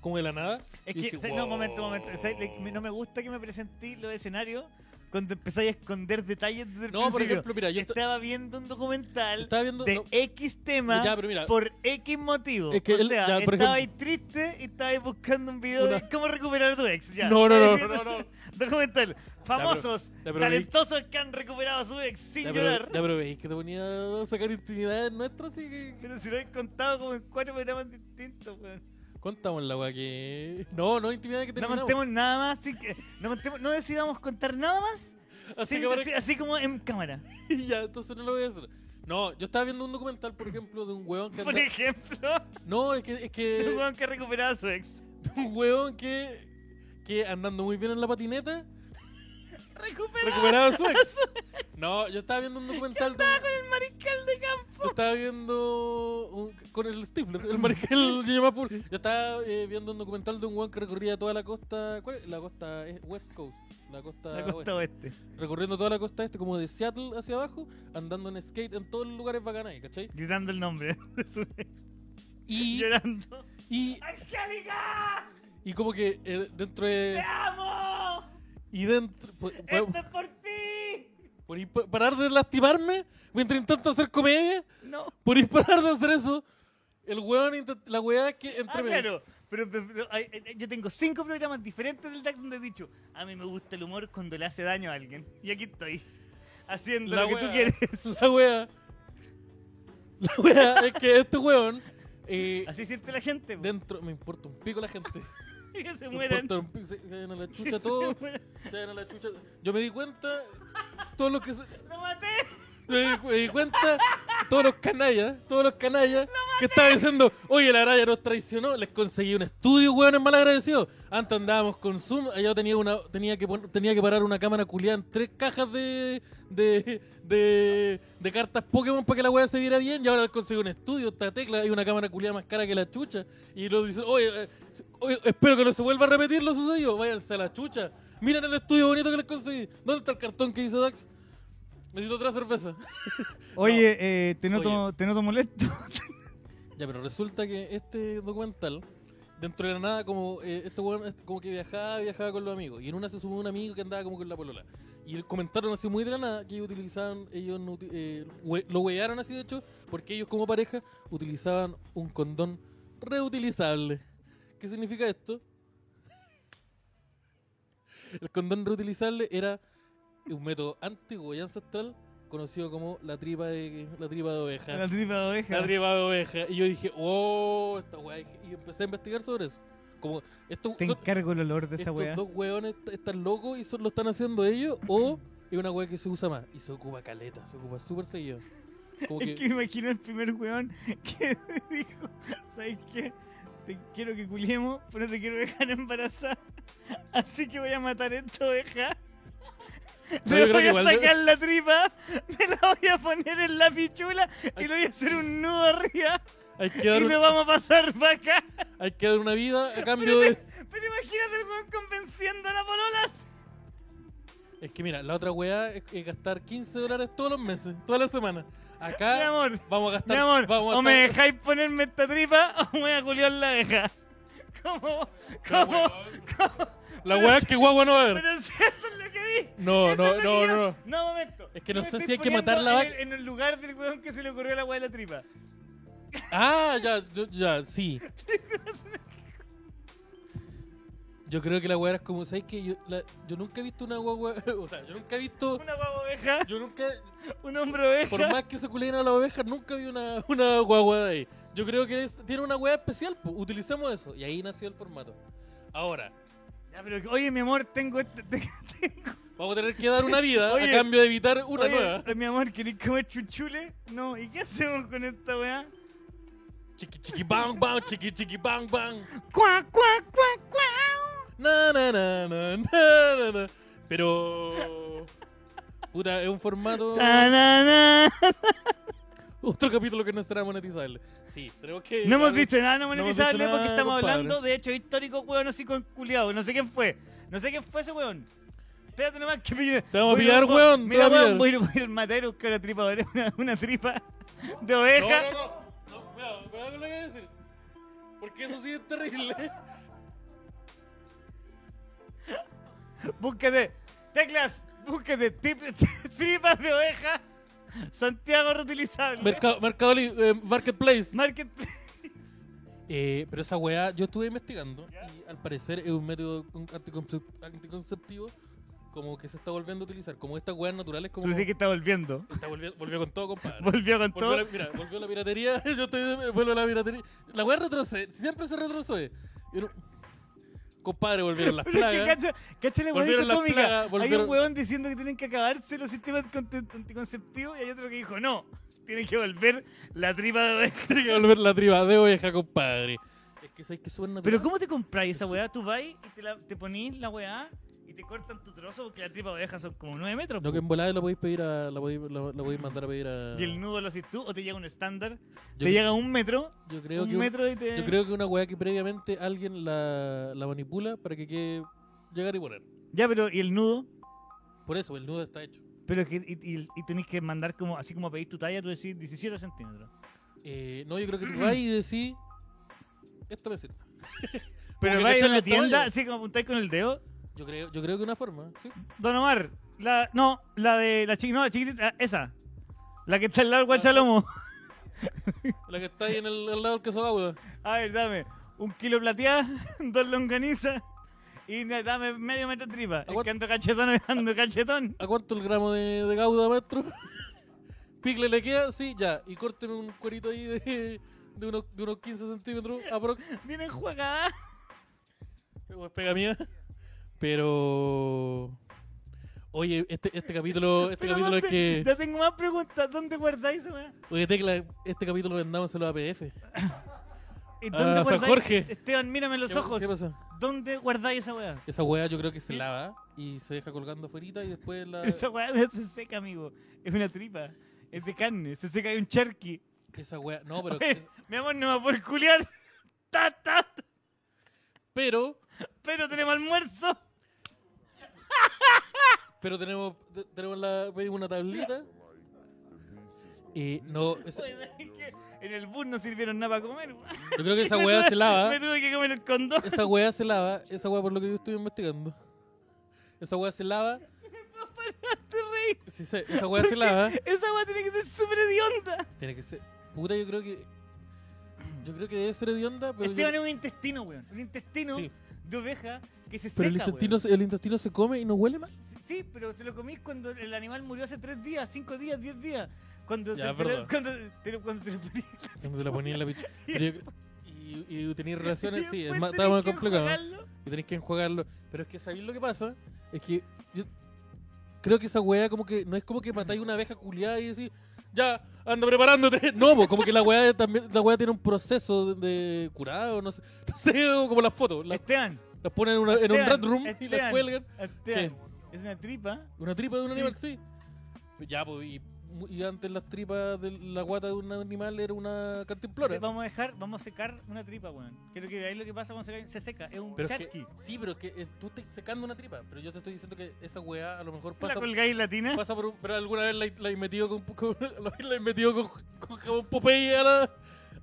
A: como de la nada?
B: Es
A: Y
B: que,
A: dice,
B: ¿sabes?
A: "Wow".
B: no, momento, momento. ¿sabes? Le- me- No me gusta que me presentí los escenarios cuando empezáis a esconder detalles desde el
A: No, por
B: principio.
A: ejemplo, mira, yo esta-
B: Estaba viendo un documental
A: estaba viendo...
B: de
A: no,
B: X tema
A: ya, pero mira,
B: por X motivo.
A: Ah. Es que
B: o
A: él-
B: sea,
A: ya, por
B: estaba ahí triste y estaba ahí buscando un video
A: Una-
B: de cómo recuperar a tu ex. Ya.
A: No, no, no, no, no.
B: Documental. Famosos,
A: ya, pero-
B: talentosos que han recuperado a su ex sin
A: ya, pero,
B: llorar.
A: ya, pero veis que te ponía a sacar intimidades nuestras, así que...
B: Pero si lo he contado como en cuatro programas distintos, weón.
A: Contamos la weá que... No, no, intimidades que
B: No
A: terminamos.
B: contemos nada más, sin que, no, contemos, no decidamos contar nada más,
A: así
B: sin
A: que parece-
B: decir- así como en cámara.
A: Y ya, entonces no lo voy a hacer. No, yo estaba viendo un documental, por ejemplo, de un hueón que...
B: Por
A: anda-
B: ejemplo,
A: No, es que... Es
B: el
A: que
B: weón que recuperaba a su ex.
A: un hueón que, que andando muy bien en la patineta
B: Recuperaba
A: recuperaba a su ex. No, yo estaba viendo un documental de un-
B: con el mariscal de campo.
A: yo estaba viendo un- con el Stifler, el mariscal Jimmy Mapur. Yo estaba eh, viendo un documental de un weón que recorría toda la costa. ¿Cuál es? La costa eh, West Coast. La costa,
B: La costa
A: oeste.
B: oeste.
A: Recorriendo toda la costa este, como de Seattle hacia abajo, andando en skate en todos los lugares bacanales, ¿cachai?
B: Gritando el nombre de su ex.
A: Y,
B: Llorando.
A: y,
B: ¡Angélica!
A: y como que eh, dentro de.
B: ¡Te amo!
A: Y dentro. po- po-
B: ¡Esto es por ti!
A: por ir pa- parar de lastimarme mientras intento hacer comedia,
B: No.
A: por ir parar de hacer eso, el weón, intent- la weá es que entre
B: Ah, claro. Pero, pero- pero, ay, ay, yo tengo cinco programas diferentes del DAX donde he dicho, a mí me gusta el humor cuando le hace daño a alguien. Y aquí estoy, haciendo
A: La
B: lo que tú
A: wea.
B: quieres.
A: La wea. La wea es que este weón. eh,
B: Así siente la gente. po.
A: dentro. Me importa un pico la gente.
B: que
A: Me
B: se mueran.
A: importa un pico. Se, se vayan a la
B: Que
A: chucha
B: se
A: todo.
B: mueran.
A: Se vayan a la chucha. Yo me di cuenta. Todos los que. se-
B: ¡Lo maté!
A: me, di, me di cuenta. Todos los canallas. Todos los canallas. Que estaban diciendo. Oye, la raya nos traicionó. Les conseguí un estudio, weón. Es mal agradecido. Antes andábamos con Zoom. Allá tenía una. Tenía que, pon- tenía que parar una cámara culiada en tres cajas de. de, de, de cartas Pokémon para que la weá se viera bien y ahora consigo un estudio, esta tecla y una cámara culiada más cara que la chucha. Y lo dicen, oye, eh, oye, espero que no se vuelva a repetir lo sucedido, váyanse a la chucha. Miren el estudio bonito que les conseguí. ¿Dónde está el cartón que dice Dax? Necesito otra cerveza. Oye,
B: Eh, te,
A: noto-
B: te noto molesto.
A: Ya, pero resulta que este documental, dentro de la nada, como eh, este weón este, como que viajaba, viajaba con los amigos. Y en una se sumó un amigo que andaba como con la polola. Y comentaron así muy de la nada que ellos utilizaban, ellos no uti- eh, we- lo wearon así de hecho, porque ellos como pareja utilizaban un condón reutilizable. ¿Qué significa esto? El condón reutilizable era un método antiguo y ancestral conocido como la tripa de la tripa de oveja.
B: La tripa de oveja.
A: La tripa de oveja. Y yo dije, oh, esta weá. Y empecé a investigar sobre eso. Como, estos,
B: Te
A: son-
B: encargo el olor de esa
A: estos
B: weá.
A: dos weones est- están locos y son- lo están haciendo ellos, o es una weá que se usa más. Y se ocupa caleta, se ocupa súper seguido. Como
B: Es
A: que,
B: que me imagino el primer weón que dijo, ¿sabes qué? Te quiero que culiemos, pero no te quiero dejar embarazada. Así que voy a matar a esta oveja.
A: No,
B: Le
A: yo creo
B: voy
A: que
B: a
A: igual-
B: sacar la tripa, me la voy a poner en la pichula y
A: Ay.
B: le voy a hacer un nudo arriba
A: hay, que
B: y
A: dar,
B: lo vamos a pasar para acá.
A: hay que dar una vida a cambio
B: Pero,
A: de.
B: te- pero imagínate el weón convenciendo a la polola.
A: Es que mira, la otra weá es, es gastar 15 dólares todos los meses, todas las semanas.
B: Mi
A: Acá
B: amor,
A: vamos a
B: mi
A: gastar.
B: amor,
A: Ah, vamos a
B: o me
A: gastar-
B: dejáis ponerme esta tripa o me voy a culiar la oveja. ¿Cómo?
A: Pero,
B: ¿Cómo?
A: weón, La weá es que guagua no va a haber.
B: Pero si eso es lo que vi.
A: No, no,
B: Eso es lo
A: no,
B: que yo-
A: no, no.
B: No, momento.
A: Es que
B: Yo
A: no
B: me
A: sé
B: estoy
A: si hay que matar
B: poniendo
A: la
B: en
A: vaca.
B: el- En el lugar del weón que se le ocurrió la agua de la tripa.
A: Ah, ya, yo- ya, sí. Yo creo que la weá era como, ¿sabes qué? Yo, la- yo nunca he visto una guagua, o sea, yo nunca he visto,
B: Una guagua oveja,
A: yo nunca,
B: un hombre oveja.
A: por más que se culen a las ovejas, nunca vi una, una guagua de ahí. Yo creo que es- tiene una weá especial, po. utilicemos eso. Y ahí nació el formato. Ahora,
B: Ya, pero, oye, mi amor, tengo este. te-
A: vamos a tener que dar una vida
B: Oye,
A: a cambio de evitar una
B: oye, eh,
A: nueva.
B: Mi amor, ¿queréis comer chuchule? No, ¿y qué hacemos con esta weá?
A: Chiqui, chiqui, bang, bang, chiqui, chiqui, bang, bang.
B: ¡Cuac, cuac, cuac, cuac!
A: Na, na, na, na, na, na, na. Pero... Puta, es un formato...
B: Ta, na, na.
A: Otro capítulo que no estará monetizable. Sí, tenemos que.
B: No hemos dicho nada, no
A: hemos dicho
B: monetizable, porque
A: nada,
B: estamos
A: compadre.
B: hablando de hechos históricos, weón, así con culiado. No sé quién fue. No sé quién fue ese weón. Espérate nomás que me...
A: Te vamos a pillar, weón,
B: Mira,
A: te vamos a
B: weón, voy a ir voy a ir al matadero a buscar una tripa, de- una, una tripa de oveja.
A: No, no, no. no cuidado, cuidado con lo que voy a decir. Porque eso sí es terrible.
B: Búscate, teclas, búscate tip- tripas de oveja. Santiago reutilizable.
A: Mercado, Mercado Libre, eh, Marketplace.
B: Marketplace.
A: Eh, pero esa weá, yo estuve investigando
B: Ya.
A: y al parecer es un método con- anticoncep- anticonceptivo como que se está volviendo a utilizar. Como estas weas naturales, como.
B: Tú sí que está volviendo.
A: Está volvió, volvió con todo, compadre.
B: Volvió con
A: Volvió
B: todo.
A: la, mira, volvió la piratería. Yo estoy, eh, vuelvo a la piratería. La weá retrocede. Siempre se retrocede. Era un- Compadre, volvieron las
B: Pero es que
A: plagas.
B: cacha, cacha la weá
A: Volvieron las
B: dicotómica.
A: plagas,
B: Hay un
A: volvieron-
B: weón diciendo que tienen que acabarse los sistemas conte- anticonceptivos y hay otro que dijo, no, tienen que volver la tripa de oveja.
A: Tiene que volver la triba de oveja, compadre. Es que sabes que suena.
B: Pero ¿cómo te compráis esa weá? Tú vas y te, la, te ponís la weá y te cortan tu trozo porque la tripa de oveja son como 9 metros.
A: Lo que
B: po.
A: en volada la podéis pedir a. La podéis, la- la podéis mandar a pedir a.
B: Y el nudo lo haces tú o te llega un estándar,
A: yo,
B: te llega un metro,
A: yo creo
B: un
A: que un-
B: metro y te...
A: yo creo que una weá que previamente alguien la, la manipula para que quede llegar y poner.
B: Ya, pero ¿y el nudo?
A: Por eso, el nudo está hecho.
B: Pero es que, y, y- y tenés que mandar como, así como a pedir tu talla, tú decís 17 centímetros.
A: Eh, no, yo creo que tú vas y decís. Esto me sirve.
B: Pero
A: que
B: vais
A: cachai
B: a la
A: los
B: tienda,
A: caballos.
B: así como apuntáis con el dedo,
A: Yo creo, yo creo que una forma. ¿sí?
B: Don Omar, la, no, la de la chiquita, no, la chiquitita, esa. La que está al lado del
A: Ah.
B: guachalomo.
A: La que está ahí en el, al lado del queso gauda.
B: A ver, dame un kilo plateada, dos longanizas y na- dame medio metro de tripa. Es
A: Aguanta.
B: que ando cachetón, ando cachetón.
A: ¿A cuánto el gramo de, de gauda, maestro? ¿Picle le queda? Sí, ya. Y córteme un cuerito ahí de, de, unos, de unos 15 centímetros aprox.
B: Vienen jugadas.
A: Como es pega mía. Pero. Oye, este, este capítulo, este
B: Pero
A: capítulo es
B: ¿dónde-
A: que.
B: Ya tengo más preguntas. ¿Dónde guardáis esa weá?
A: Oye, Tecla, este capítulo vendámoselo a APF.
B: ¿Y
A: Ah,
B: dónde
A: San
B: guardáis?
A: Jorge.
B: Esteban, mírame los
A: ¿Qué-
B: ojos.
A: ¿Qué pasa?
B: ¿Dónde guardáis esa weá?
A: Esa weá yo creo que se lava y se deja colgando afuera y después la.
B: Esa weá no se seca, amigo. Es una tripa. Es de carne. Se seca de un charqui.
A: Esa weá. No, pero.
B: Oye. Mi amor, no me va a poder culiar. Ta, ta, ta.
A: Pero.
B: Pero tenemos almuerzo.
A: Pero tenemos, te- tenemos la, pedimos una tablita. Y no, esa-
B: Oye, ¿sabes qué? En el bus no sirvieron nada para comer. weón.
A: yo creo que esa
B: Me
A: weá
B: tuve-
A: se lava.
B: Me tuve que comer el condón.
A: Esa weá se lava. Esa weá por lo que yo estoy investigando. Esa weá se lava.
B: Te reí.
A: sí, sí, esa weá se lava.
B: este Esa weá tiene que ser súper hedionda.
A: Tiene que ser. Puta, yo creo que. Yo creo que debe ser hedionda, pero. yo-
B: Esteban es un intestino, Este weón. Un intestino
A: sí,
B: de oveja que se
A: pero el
B: seca,
A: intestino,
B: weón.
A: se- el intestino se come y no huele más.
B: Sí, pero te lo comís cuando el animal murió hace tres días, cinco días, diez días. Cuando,
A: Ya,
B: te, te lo,
A: perdón.
B: cuando, te lo, cuando te lo poní-
A: Cuando se la ponía en la picha. Pero yo- Y, y tenéis relaciones, sí, es
B: después
A: más,
B: tenés
A: estaba más
B: que
A: complicado.
B: enjuagarlo.
A: y tenéis que enjuagarlo. Pero es que sabéis lo que pasa, es que yo creo que esa weá como que no es como que matáis una abeja culiada y decís, ya, anda preparándote. No, po, como que la weá también, la weá tiene un proceso de, de curado, no sé, no sé, o como las fotos, las,
B: Esteban,
A: las ponen en, una- en un
B: Esteban,
A: rat room y
B: Esteban.
A: las cuelgan.
B: Esteban, es una tripa.
A: Una tripa de un
B: Sí.
A: animal, sí. Ya, pues, y, y antes las tripas de la guata de un animal era una cantimplora.
B: Vamos a dejar, vamos a secar una tripa, weón. Creo que ahí lo que pasa cuando se, se seca es un
A: Pero es
B: charqui.
A: que, sí, pero es que eh, tú estás secando una tripa, pero yo te estoy diciendo que esa weá a lo mejor
B: ¿La
A: pasa
B: colgáis latina?
A: Pasa por un- pero alguna vez la, la he metido con, con- la he metido con, con jabón Popeye a, la-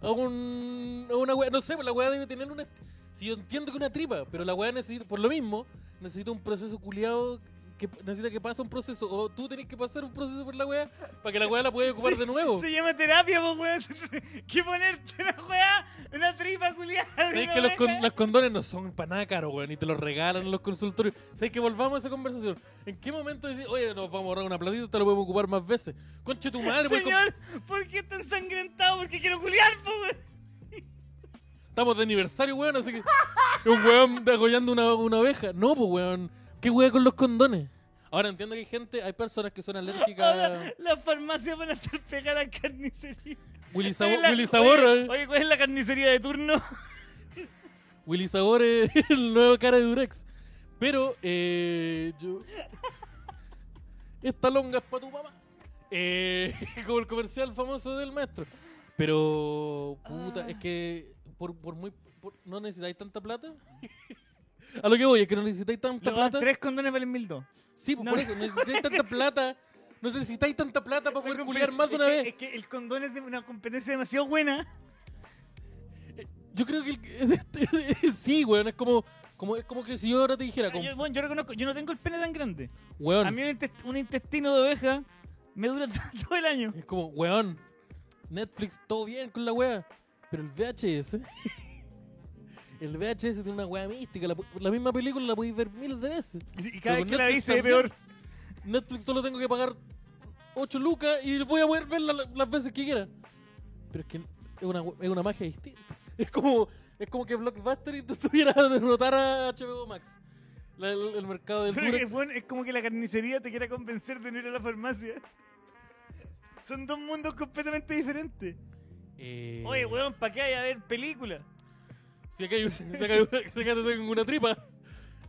A: a un a una weá, no sé, pues la weá debe tener una si yo entiendo que una tripa, pero la weá necesita por lo mismo, necesita un proceso culiado que necesita que pase un proceso o tú tenés que pasar un proceso por la weá para que la weá la pueda ocupar de nuevo.
B: Se llama terapia, po, weón. ¿Qué ponerte una weá? Una tripa culiada.
A: ¿Sabes que los, con- los condones no son para nada caros, weón? Y te los regalan en los consultorios. ¿Sabes que volvamos a esa conversación? ¿En qué momento decís, oye, nos vamos a ahorrar una platita, te lo podemos ocupar más veces? Conche tu madre, pues, comp-
B: Señor, ¿por qué está ensangrentado? Porque quiero culiar, po, weón.
A: Estamos de aniversario, weón, así que. Un weón degollando una, una oveja. No, pues, weón. ¿Qué weón con los condones? Ahora entiendo que hay gente, hay personas que son alérgicas.
B: Ahora las farmacias van a estar pegadas a la carnicería.
A: Willy Sabor,
B: Oye, la-
A: Willy Sabor,
B: oye,
A: eh.
B: oye, ¿cuál es la carnicería de turno?
A: Willy Sabor es el nuevo cara de Durex. Pero, eh. Yo. Esta longa es para tu mamá. Eh, como el comercial famoso del maestro. Pero, puta,
B: Ah.
A: es que. Por, por muy. por- no necesitáis tanta plata. A lo que voy, es que no necesitáis tanta
B: Los
A: plata.
B: tres condones valen mil dos.
A: Sí, pues
B: No,
A: por
B: no.
A: eso, necesitáis tanta plata. No necesitáis tanta plata para poder
B: Loco,
A: culiar
B: pero eh,
A: más de
B: es
A: una
B: que-
A: vez.
B: Es que el condón es de una competencia demasiado buena.
A: Yo creo que el- este- sí, weón, es como, como, es como que si yo ahora te dijera, como,
B: Yo, bueno, yo reconozco, yo no tengo el pene tan grande. A
A: weón,
B: mí un, intest- un intestino de oveja me dura todo el año.
A: es como, weón, Netflix, todo bien con la wea, pero el VHS, el VHS tiene una wea mística, la, la misma película la podéis ver miles de veces.
B: Y
A: Pero
B: cada vez que
A: Netflix
B: la vi se ve
A: también.
B: peor.
A: Netflix solo tengo que pagar 8 lucas y voy a poder verla la- las veces que quiera. Pero es que es una, es una magia distinta. Es como, es como que Blockbuster intentara derrotar a HBO Max. La- el, el mercado del
B: Pero es,
A: Durex.
B: que, bueno, es como que la carnicería te quiera convencer de no ir a la farmacia. Son dos mundos completamente diferentes.
A: Eh,
B: Oye, weón, ¿para qué hay a ver películas?
A: Si acá, hay, si acá, hay- si acá te tengo una tripa.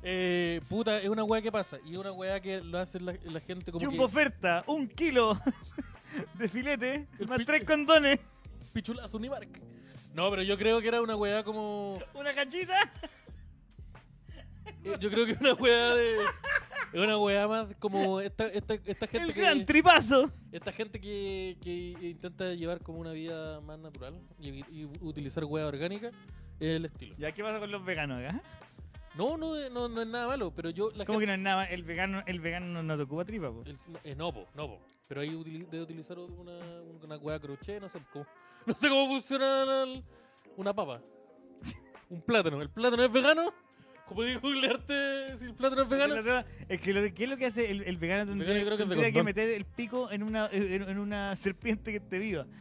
A: Eh, puta, es una weá que pasa. Y es una weá que lo hace la, la gente como
B: Jumbo
A: que.
B: oferta, un kilo de filete,
A: El
B: más
A: pi-
B: tres condones,
A: Pichulazo ni marca. No, pero yo creo que era una weá como.
B: una cachita.
A: eh, Yo creo que una weá de. Es una weá más como esta, esta, esta gente
B: El
A: que.
B: gran tripazo.
A: Esta gente que, que intenta llevar como una vida más natural y, evi- y utilizar hueá orgánica es el estilo.
B: ¿Ya qué pasa con los veganos acá?
A: No, no, eh, no, no es nada malo, pero yo la
B: ¿Cómo
A: gente...
B: que no es nada? El vegano, el vegano no, no te ocupa tripa, po.
A: el- no, eh, no, po, no, po. Pero ahí utili- debe utilizar una, una hueá crochet, no sé cómo... No sé cómo funciona la- la- una papa. Un plátano. ¿El plátano es vegano? ¿Cómo podéis googlearte si el plátano es vegano?
B: Es que lo, ¿qué es lo que hace el, el vegano?
A: vegano
B: Tendría,
A: yo creo que es de
B: tendría que
A: condón.
B: meter el pico en una, en, en una serpiente que esté viva.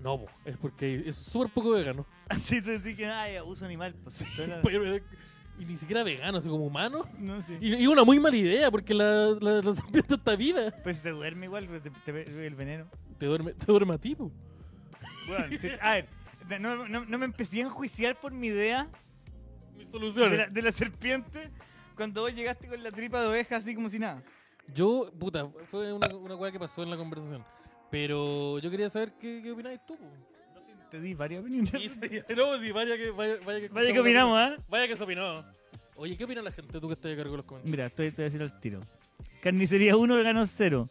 A: No, po, es porque es súper poco vegano.
B: Así tú decís que, ay, abuso animal. pues, entonces,
A: Pero- eh, y ni siquiera vegano, así como humano.
B: no sé.
A: Y, y una muy mala idea, porque la, la, la serpiente está viva.
B: Pues te duerme igual, pero te, te ve el veneno.
A: Te duerme, te duerme a ti, po.
B: Bueno, si- a ver, no, no- no me empecé a enjuiciar por mi idea
A: Mis
B: de
A: soluciones.
B: la, de la serpiente cuando vos llegaste con la tripa de oveja así como si nada.
A: Yo, puta, fue una, una weá que pasó en la conversación. Pero yo quería saber qué, qué opináis tú, po.
B: Te di varias opiniones.
A: Sí, no, sí, vaya que, vaya, vaya que,
B: Vaya que opinamos, ¿ah?
A: Vaya que se opinó. Oye, ¿qué opina la gente tú que estás a cargo de los comentarios?
B: Mira, estoy, te voy a decir al tiro. Carnicería 1, vegano 0.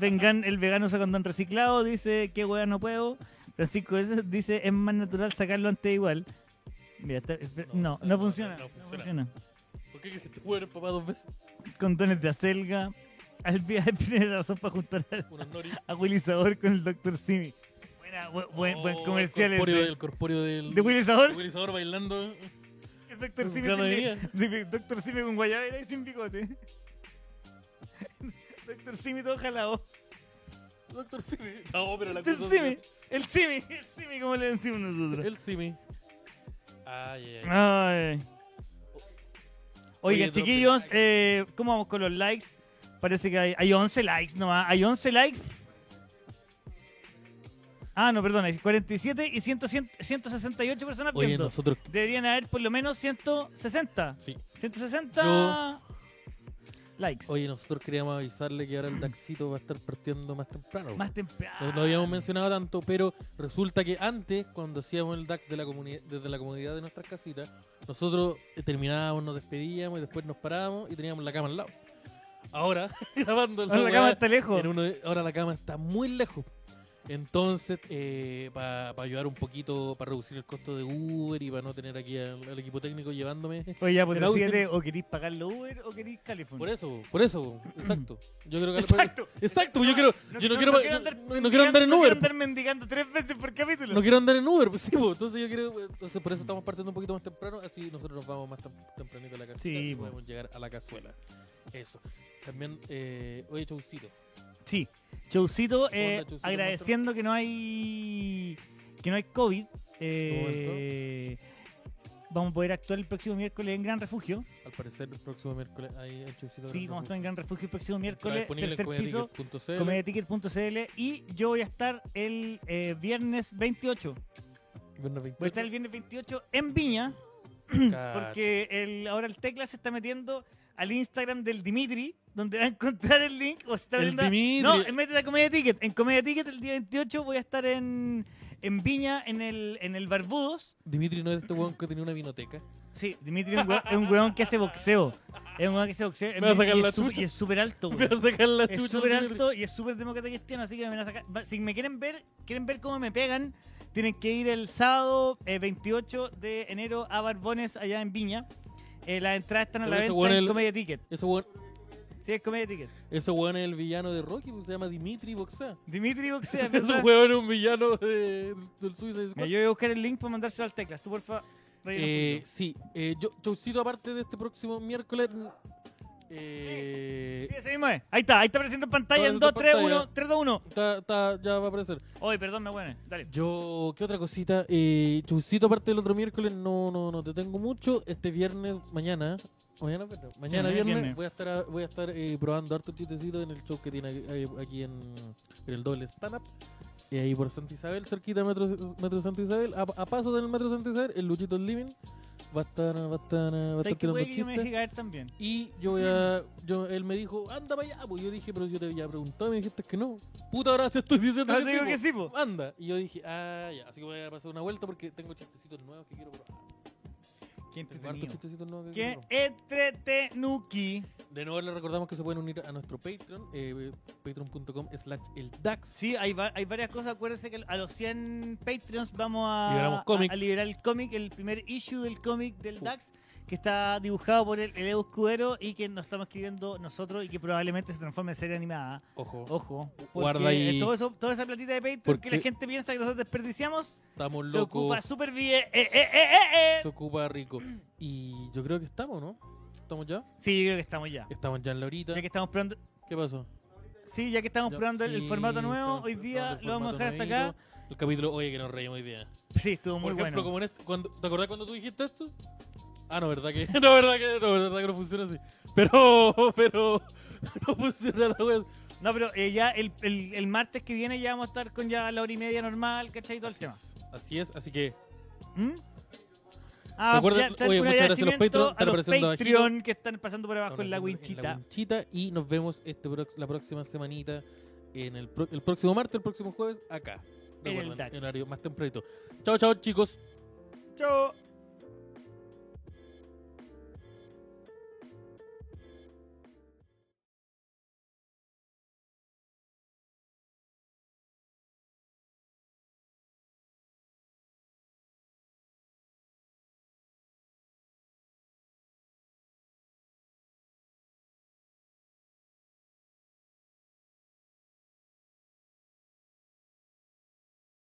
B: Vengan, el vegano usa condón reciclado, dice, qué hueá no puedo. Francisco ese dice, es más natural sacarlo antes igual. Mira, está- espe-
A: No,
B: no,
A: o sea, no,
B: no, funciona,
A: no,
B: no
A: no
B: funciona.
A: ¿Por qué crees que te juegan el papá dos veces?
B: Condones de acelga. Al pie hay primera razón para juntar a,
A: Unos nori.
B: a Willy Sabor con el Dr. Simi. Buena, bu- buen,
A: Oh,
B: buen comercial
A: El corpóreo,
B: ese.
A: del, corpóreo del.
B: ¿De Willy Sabor?
A: Willy Sabor bailando.
B: El Dr.
A: Un
B: Simi,
A: grano
B: sin
A: de
B: le- de- Dr. Simi con guayabera y sin bigote. Dr. Simi todo jalado.
A: Doctor Simi. No, pero la
B: El
A: cosa-
B: Simi, el Simi, el Simi, como le decimos nosotros.
A: El Simi. Ay,
B: Ah,
A: ay, ay.
B: Ay.
A: Oye,
B: Oigan,
A: Dope.
B: chiquillos, eh, ¿cómo vamos con los likes? Parece que hay, hay 11 likes nomás. Hay 11 likes. Ah, no, perdón, hay 47 y 100 100 168 personas
A: Oye,
B: viendo.
A: nosotros.
B: Deberían haber por lo menos 160.
A: Sí.
B: 160
A: Yo-
B: likes.
A: Oye, nosotros queríamos avisarle que ahora el Daxito va a estar partiendo más temprano.
B: Más
A: No
B: temprano.
A: lo habíamos mencionado tanto, pero resulta que antes, cuando hacíamos el DAX de la comuni- desde la comunidad de nuestras casitas, nosotros eh, terminábamos, nos despedíamos y después nos parábamos y teníamos la cama al lado. Ahora, grabando el
B: Ahora la cama está lejos.
A: en uno de- ahora la cama está muy lejos. Entonces, para ayudar un poquito, para reducir el costo de Uber y para no tener aquí al, al equipo técnico llevándome.
B: Oye, ya,
A: El audio-
B: decídete, o queréis pagarlo Uber o queréis California.
A: Por eso, por eso, exacto. Yo creo que
B: Exacto.
A: Exacto, yo quiero- yo no quiero- no- no quiero andar en
B: mendigando-
A: Uber.
B: No quiero andar mendigando tres veces por capítulo.
A: No quiero andar en Uber, pues sí, pues. Entonces yo quiero, entonces por eso estamos partiendo un poquito más temprano, así nosotros nos vamos más tem- tempranito a la casa.
B: Sí,
A: y
B: po.
A: podemos llegar a la cazuela. Eso. También, eh, oye, Chaucito.
B: Sí, Chaucito, eh,
A: Onda, Chaucito,
B: agradeciendo que no hay que no hay COVID. eh, vamos a poder actuar el próximo miércoles en Gran Refugio.
A: Al parecer el próximo miércoles hay el Chaucito.
B: Sí, vamos a estar en Gran Refugio el próximo
A: Entrada
B: miércoles,
A: disponible en
B: tercer piso,
A: comediaticket.cl.
B: comediaticket.cl y yo voy a estar el eh, viernes 28.
A: Viernes Ah,
B: Voy a estar
A: 28,
B: el viernes 28 en Viña,
A: cacho.
B: porque el, ahora el Tecla se está metiendo al Instagram del Dimitri, donde va a encontrar el link. O se está
A: El
B: metiendo a-
A: Dimitri.
B: No, en vez de la Comedia Ticket. En Comedia Ticket el día 28 voy a estar en, en Viña, en el, en el Barbudos.
A: Dimitri no es este weón que tenía una vinoteca.
B: Sí, Dimitri es un, hue- es un weón que hace boxeo. Es un weón que hace boxeo.
A: Me va a sacar
B: y, es
A: la
B: súper-
A: chucha.
B: y es súper alto,
A: Me
B: weón.
A: va a sacar la
B: Es
A: chucha,
B: súper
A: Dimitri.
B: alto y es súper demócrata cristiano, así que me van a sacar. va- Si me quieren ver, quieren ver cómo me pegan, tienen que ir el sábado eh, 28 de enero a Barbones, allá en Viña. Eh, las entradas están a la
A: Pero ese
B: venta
A: weón
B: en
A: el-
B: Comedia Ticket.
A: Ese weón,
B: Sí, es Comedia Ticket.
A: ese weón es el villano de Rocky, pues, se llama Dimitri Boxea.
B: Dimitri Boxea,
A: Ese
B: ¿verdad?
A: weón es un villano de- del Suicide Squad.
B: Mira, yo voy a buscar el link para mandárselo al teclas. Tú, porfa, rellena un
A: Eh,
B: poquito.
A: sí, eh, yo, Chaucito, aparte de este próximo miércoles. eh,
B: Sí, ese mismo es. Ahí está, ahí está apareciendo en pantalla en 2, 3, 1, 3, 2, 1.
A: está- está- ya va a aparecer.
B: Oye, perdón, me bueno. Dale.
A: Yo, ¿qué otra cosita? Eh, Chaucito, aparte del otro miércoles, no, no, no te tengo mucho. Este viernes, mañana. Mañana, bueno, mañana
B: mañana
A: viernes,
B: viernes.
A: voy a estar, a- voy a estar eh, probando harto chistecito en el show que tiene aquí, aquí en, en el doble stand-up. Y ahí por Santa Isabel, cerquita de Metro, Metro Santa Isabel, a, a paso del Metro Santa Isabel, el Luchito Living. va a estar, va a estar, va a estar
B: ¿Sabes qué
A: tirando
B: puede que yo me deje
A: chistes.
B: caer también?
A: Y yo voy a. Yo, él me dijo, anda para allá. Pues yo dije, pero yo te había preguntado y me dijiste que no. Puta, ahora te estoy diciendo que
B: No te
A: Ah, sí, pues.
B: digo
A: po.
B: que sí, po.
A: Anda. Y yo dije, ah, ya. Así que voy a pasar una vuelta porque tengo chistecitos nuevos que quiero probar.
B: Qué
A: Tengo hartos
B: entretenido.
A: chistecitos nuevos que quiero
B: Qué
A: probar.
B: entretenuki.
A: De nuevo les recordamos que se pueden unir a nuestro Patreon, eh, patreon.com slash el DAX.
B: Sí, hay, va- hay varias cosas. Acuérdense que a los 100 Patreons vamos a,
A: Liberamos
B: a-
A: cómics.
B: a liberar el cómic, el primer issue del cómic del DAX, que está dibujado por el, el Edu Escudero y que nos estamos escribiendo nosotros y que probablemente se transforme en serie animada.
A: Ojo,
B: Ojo. porque eh,
A: Guarda ahí.
B: Todo eso, toda esa platita de Patreon
A: Porque-
B: que la gente piensa que nosotros desperdiciamos
A: estamos
B: se ocupa
A: locos.
B: súper bien. Eh, eh, eh, eh, eh.
A: Se ocupa rico. Y yo creo que estamos, ¿no? ¿Estamos ya?
B: Sí, yo creo que estamos ya.
A: Estamos ya en la horita.
B: Ya que estamos probando,
A: ¿Qué pasó?
B: sí, ya que estamos
A: Ya,
B: probando el- el
A: sí,
B: formato nuevo,
A: estamos
B: hoy día
A: probando el
B: lo vamos a dejar
A: formato
B: hasta acá.
A: nuevito. El capítulo, oye, que nos reímos hoy día.
B: Sí, estuvo muy
A: Por ejemplo,
B: bueno.
A: como en este- cuando, ¿te acordás cuando tú dijiste esto? Ah, no, verdad que no, verdad que no, verdad que no funciona así. Pero, pero, no funciona la wea.
B: No, pero eh, ya el, el- el martes que viene ya vamos a estar con ya la hora y media normal, ¿cachai? Y todo el tema.
A: Así es, así que
B: ¿Mm? Ah,
A: Recuerden-
B: tal-
A: oye,
B: un
A: muchas gracias a los
B: agradecimiento
A: Patreon, están apareciendo
B: Patreon
A: abajito.
B: que están pasando por abajo en la
A: Ahora siempre
B: winchita.
A: en la winchita y nos vemos este prox- la próxima semanita, en el, pro- el próximo martes, el próximo jueves, acá.
B: En el
A: Recuerden,
B: DAX.
A: en horario más tempranito. Chao, chao, chicos.